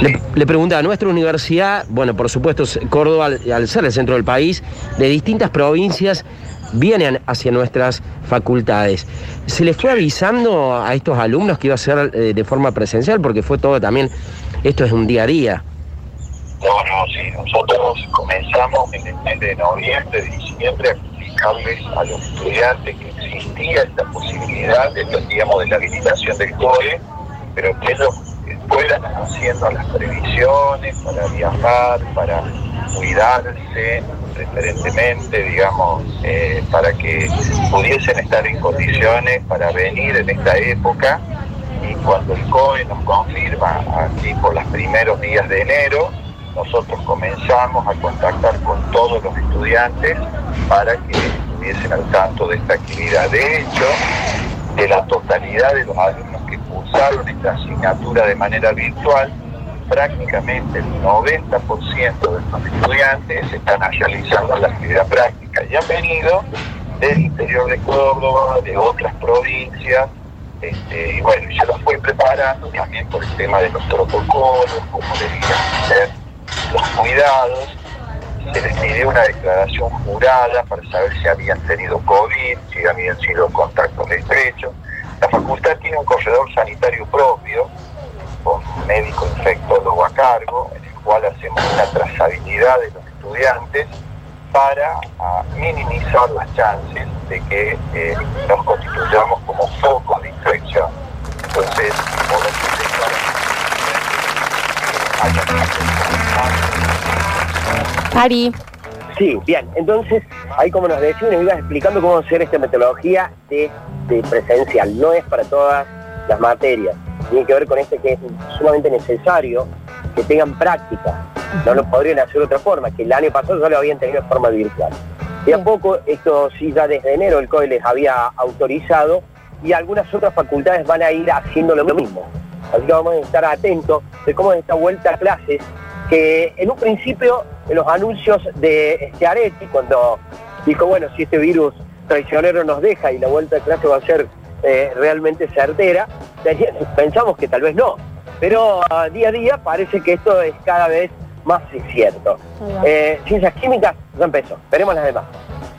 Le, le pregunta a nuestra universidad, bueno, por supuesto, Córdoba, al, al ser el centro del país, de distintas provincias vienen hacia nuestras facultades. ¿Se les fue avisando a estos alumnos que iba a ser eh, de forma presencial? Porque fue todo también, esto es un día a día.
No, no, sí, nosotros comenzamos en el mes de noviembre, de diciembre, a explicarles a los estudiantes que existía esta posibilidad, esto digamos de la habilitación del COE, pero que ellos puedan haciendo las previsiones para viajar, para cuidarse preferentemente, digamos, eh, para que pudiesen estar en condiciones para venir en esta época. Y cuando el COE nos confirma, aquí por los primeros días de enero, nosotros comenzamos a contactar con todos los estudiantes para que estuviesen al tanto de esta actividad. De hecho, de la totalidad de los alumnos que cursaron esta asignatura de manera virtual, prácticamente el 90% de los estudiantes están realizando la actividad práctica y han venido del interior de Córdoba, de otras provincias, este, y bueno, se los fue preparando también por el tema de los protocolos, como debían ser los cuidados. Se les pidió una declaración jurada para saber si habían tenido COVID, si habían sido contactos estrechos. La facultad tiene un corredor sanitario propio, con un médico infectólogo a cargo, en el cual hacemos una trazabilidad de los estudiantes para a, minimizar las chances de que eh, nos constituyamos como focos de infección. Entonces,
Ari.
Sí, bien. Entonces, ahí como nos decías, nos ibas explicando cómo hacer esta metodología de, de presencial. No es para todas las materias tiene que ver con este que es sumamente necesario que tengan práctica. No lo podrían hacer de otra forma, que el año pasado ya lo habían tenido de forma virtual. De a poco, esto sí ya desde enero el COE les había autorizado y algunas otras facultades van a ir haciendo lo mismo. Así que vamos a estar atentos de cómo es esta vuelta a clases, que en un principio en los anuncios de Schiaretti, cuando dijo, bueno, si este virus traicionero nos deja y la vuelta a clase va a ser eh, realmente certera, pensamos que tal vez no, pero uh, día a día parece que esto es cada vez más cierto. Eh, ciencias químicas ya empezó, veremos las demás.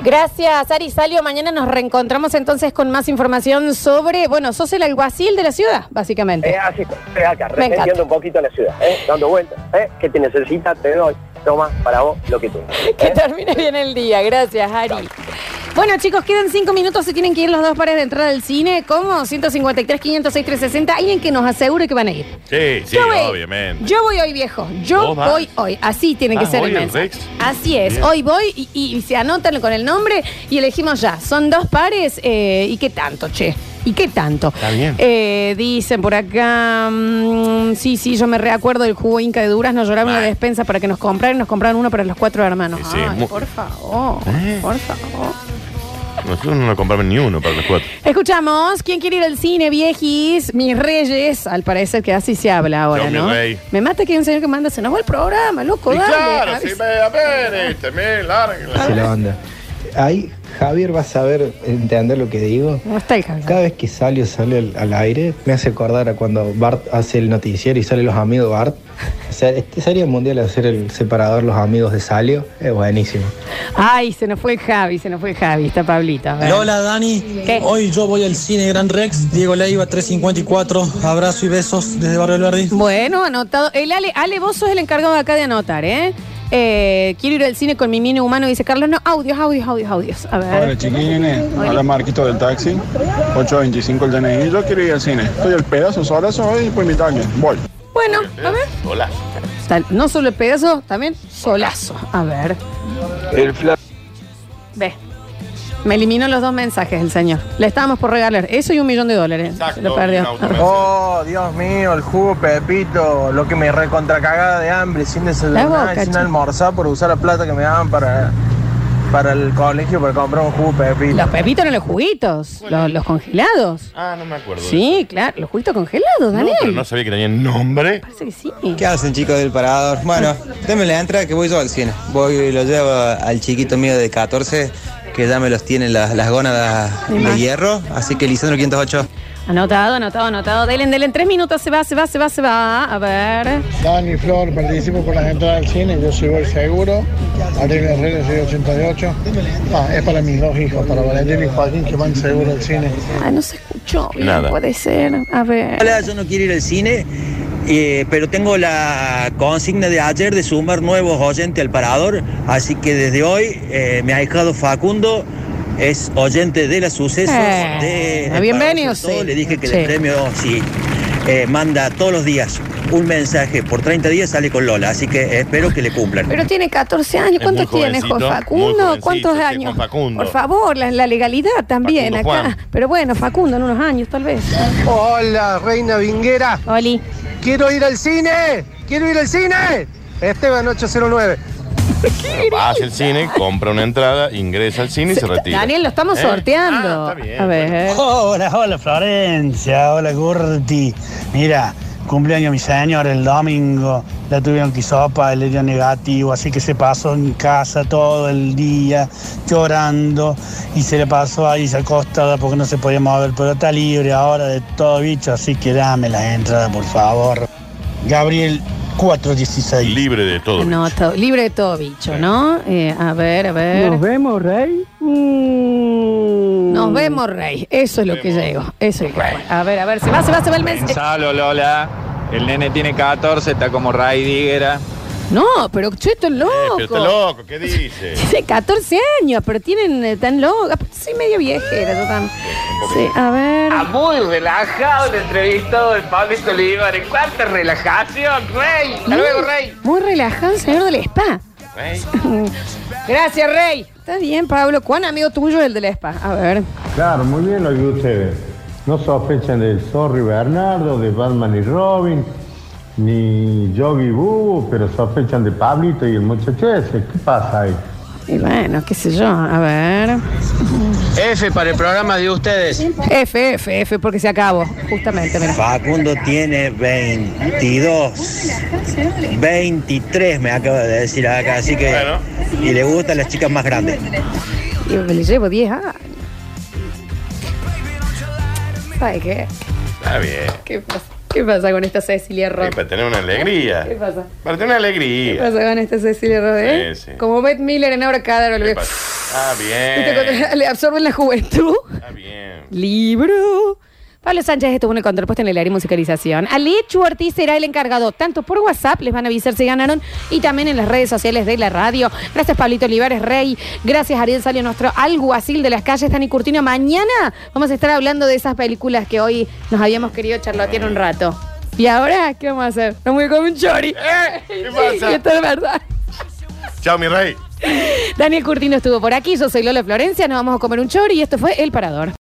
Gracias, Ari Salio. Mañana nos reencontramos entonces con más información sobre, bueno, sos el alguacil de la ciudad, básicamente.
Eh, así estoy acá, recendiendo un poquito la ciudad, ¿eh? dando vueltas, que te necesita, te doy, toma para vos lo que tú.
Que termine bien el día, gracias, Ari. Dale. Bueno, chicos, quedan cinco minutos. Se tienen que ir los dos pares de entrada al cine. ¿Cómo? 153, 506, 360. Alguien que nos asegure que van a ir.
Sí, sí,
Yo voy-
obviamente.
Yo voy hoy, viejo. Yo
¿Vos vas?
voy hoy. Así tiene que
Ah,
ser
hoy
el
el
mensaje.
Rex.
Así es.
Bien.
Hoy voy y, y se anotan con el nombre y elegimos ya. Son dos pares eh, y qué tanto, che. ¿Y qué tanto?
Está bien.
Eh, dicen por acá, mm, sí, sí, yo me reacuerdo del jugo Inca de Durazno, lloraban en la despensa para que nos compraran, nos compraron uno para los cuatro hermanos.
Sí, sí,
Ay,
mu-
por favor, Ah, por favor.
Eh. Nosotros no nos compramos ni uno para los cuatro.
Escuchamos, ¿quién quiere ir al cine, viejis? Mis reyes, al parecer que así se habla ahora,
Yo, mi
¿no?
rey.
Me mata que hay un señor que manda, se nos va el programa, loco,
Y
dale.
claro,
avisa.
sí, me a ver, este, me larga.
Dice la onda. Ahí Javier va a saber entender lo que digo.
No está el Javier.
Cada vez que sale o sale al, al aire, me hace acordar a cuando Bart hace el noticiero y sale los amigos de Bart. O sea, este sería mundial hacer el separador los amigos de Salio. Es buenísimo.
Ay, se nos fue el Javi, se nos fue el Javi, está Pablito. a ver.
Hola Dani, hoy yo voy al cine Gran Rex, Diego Leiva 354, abrazo y besos desde Barrio Alberdi.
Bueno, anotado. El Ale, Ale, vos sos el encargado acá de anotar, ¿eh? Eh, quiero ir al cine con mi mini humano, dice Carlos. No, audios, audios, audios, audios. A ver.
Hola chiquines, hola Marquito del taxi, 825 el DNI, yo quiero ir al cine, estoy al pedazo, solazo hoy, pues invitarme, voy.
Bueno, a ver.
Hola.
Tal- no solo el pedazo, también solazo. A ver.
El flaco.
Ve. Me eliminó los dos mensajes el señor. Le estábamos por regalar eso y un millón de dólares. Se lo perdió.
Oh, Dios mío, el jugo Pepito, lo que me recontracagaba de hambre, sin
La
desayunar,
boca,
sin
che.
almorzar por usar la plata que me daban para, para el colegio para comprar un jugo Pepito.
Los pepitos eran los juguitos, los, los congelados.
Ah, no me acuerdo.
Sí, claro, los juguitos congelados,
No,
Daniel.
pero no sabía que tenían nombre.
Parece que sí.
¿Qué hacen chicos del parador? Bueno, denme la entrada que voy yo al cine. Voy y lo llevo al chiquito mío de 14, que ya me los tienen las, las gónadas de hierro. Así que Lisandro 508.
Anotado, anotado, anotado. Delen, delen. Tres minutos se va, se va, se va, se va. A ver.
Dani Flor, participo por las entradas al cine, yo soy el seguro, Ariel Herrera soy 88. Ah, es para mis dos hijos, para Valentín y Joaquín que van seguro al cine.
Ah, no se escuchó.
bien, Nada. puede
ser. A ver.
Hola, yo no quiero ir al cine, eh, pero tengo la consigna de ayer de sumar nuevos oyentes al parador, así que desde hoy eh, me ha dejado Facundo. Es oyente de la sucesos.
Eh,
de
bienvenido,
Parador Sucesos.
sí.
Le dije que
Sí.
de premio, sí, eh, manda todos los días un mensaje. Por 30 días sale con Lola, así que espero que le cumplan.
Pero tiene 14 años.
Es
¿Cuántos
muy
tiene, Juan
jovencito, muy
Facundo?
jovencito,
¿Cuántos
sí, Juan
años?
Facundo.
Por favor, la, la legalidad también
Facundo
acá.
Juan.
Pero bueno, Facundo, en unos años tal vez.
Hola, Reina Vinguera.
Oli.
Quiero ir al cine, quiero ir al cine. Esteban 809.
Vas al cine, compra una entrada, ingresa al cine y se retira.
Daniel, lo estamos
¿Eh?
sorteando.
Ah,
a ver.
Hola, hola Florencia, hola Gurti. Mira, cumpleaños mi señor el domingo, la tuvieron que sopa, le dio negativo, así que se pasó en casa todo el día llorando y se le pasó ahí se acostada porque no se podía mover, pero está libre ahora de todo bicho, así que dame la entrada por favor. Gabriel 416.
Libre de todo.
No, todo- libre de todo bicho, ¿no? Eh, a ver, a ver. Mm.
Nos vemos, Rey.
Nos vemos, Rey. Eso es lo que llego. Eso es lo que A ver, a ver, se va, se va, se va el mensaje.
Gonzalo, Lola. El nene tiene 14, está como Ray Diguera.
No, pero cheto es loco.
¿qué dice?
Tiene 14 años, pero tienen eh, tan loco. Aparte, Soy medio viejera, yo también. Sí, a ver.
Ah, Muy relajado el entrevistado de Pablo Olivar. ¡Cuánta relajación, rey! ¡Hasta luego, rey!
Muy relajado el señor del spa. Gracias, Rey. Está bien, Pablo. ¿Cuán amigo tuyo es el del spa? A ver.
Claro, muy bien lo que ustedes. No sospechan del Zorro y Bernardo, de Batman y Robin, ni Yogi Boo, pero sospechan de Pablito y el muchacho ese. ¿Qué pasa ahí?
Y bueno, qué sé yo. A ver.
F para el programa de ustedes.
F, F, F, porque se acabó. Justamente, mira.
Facundo tiene 22, 23 me acaba de decir acá, así que... Y le gustan las chicas más grandes.
Y le llevo 10 años. ¿Sabe qué?
Está bien.
¿Qué pasa? ¿Qué pasa con esta Cecilia
Eh,
Roth?
para tener una
¿Qué
alegría.
pasa?
Para tener una
¿Qué
alegría.
pasa con esta Cecilia Roth? eh?
Sí, sí.
Como Beth Miller en Ahora Cadaro. le-
Ah,
¿Viste
bien.
cuando le absorben la juventud?
Está bien.
Libro. Pablo Sánchez este estuvo en el contrapuesto en el área y musicalización. Alechu Ortiz será el encargado, tanto por WhatsApp, les van a avisar si ganaron, y también en las redes sociales de la radio. Gracias, Pablito Olivares Rey. Gracias, Ariel Salio, nuestro alguacil de las calles, Dani Curtino. Mañana vamos a estar hablando de esas películas que hoy nos habíamos querido charlotear un rato. ¿Y ahora qué vamos a hacer? Nos voy a comer un chori. ¿Qué
pasa?
Esto es verdad.
Chao, mi rey.
Daniel Curtino estuvo por aquí, yo soy Lola Florencia, nos vamos a comer un chori y esto fue El Parador.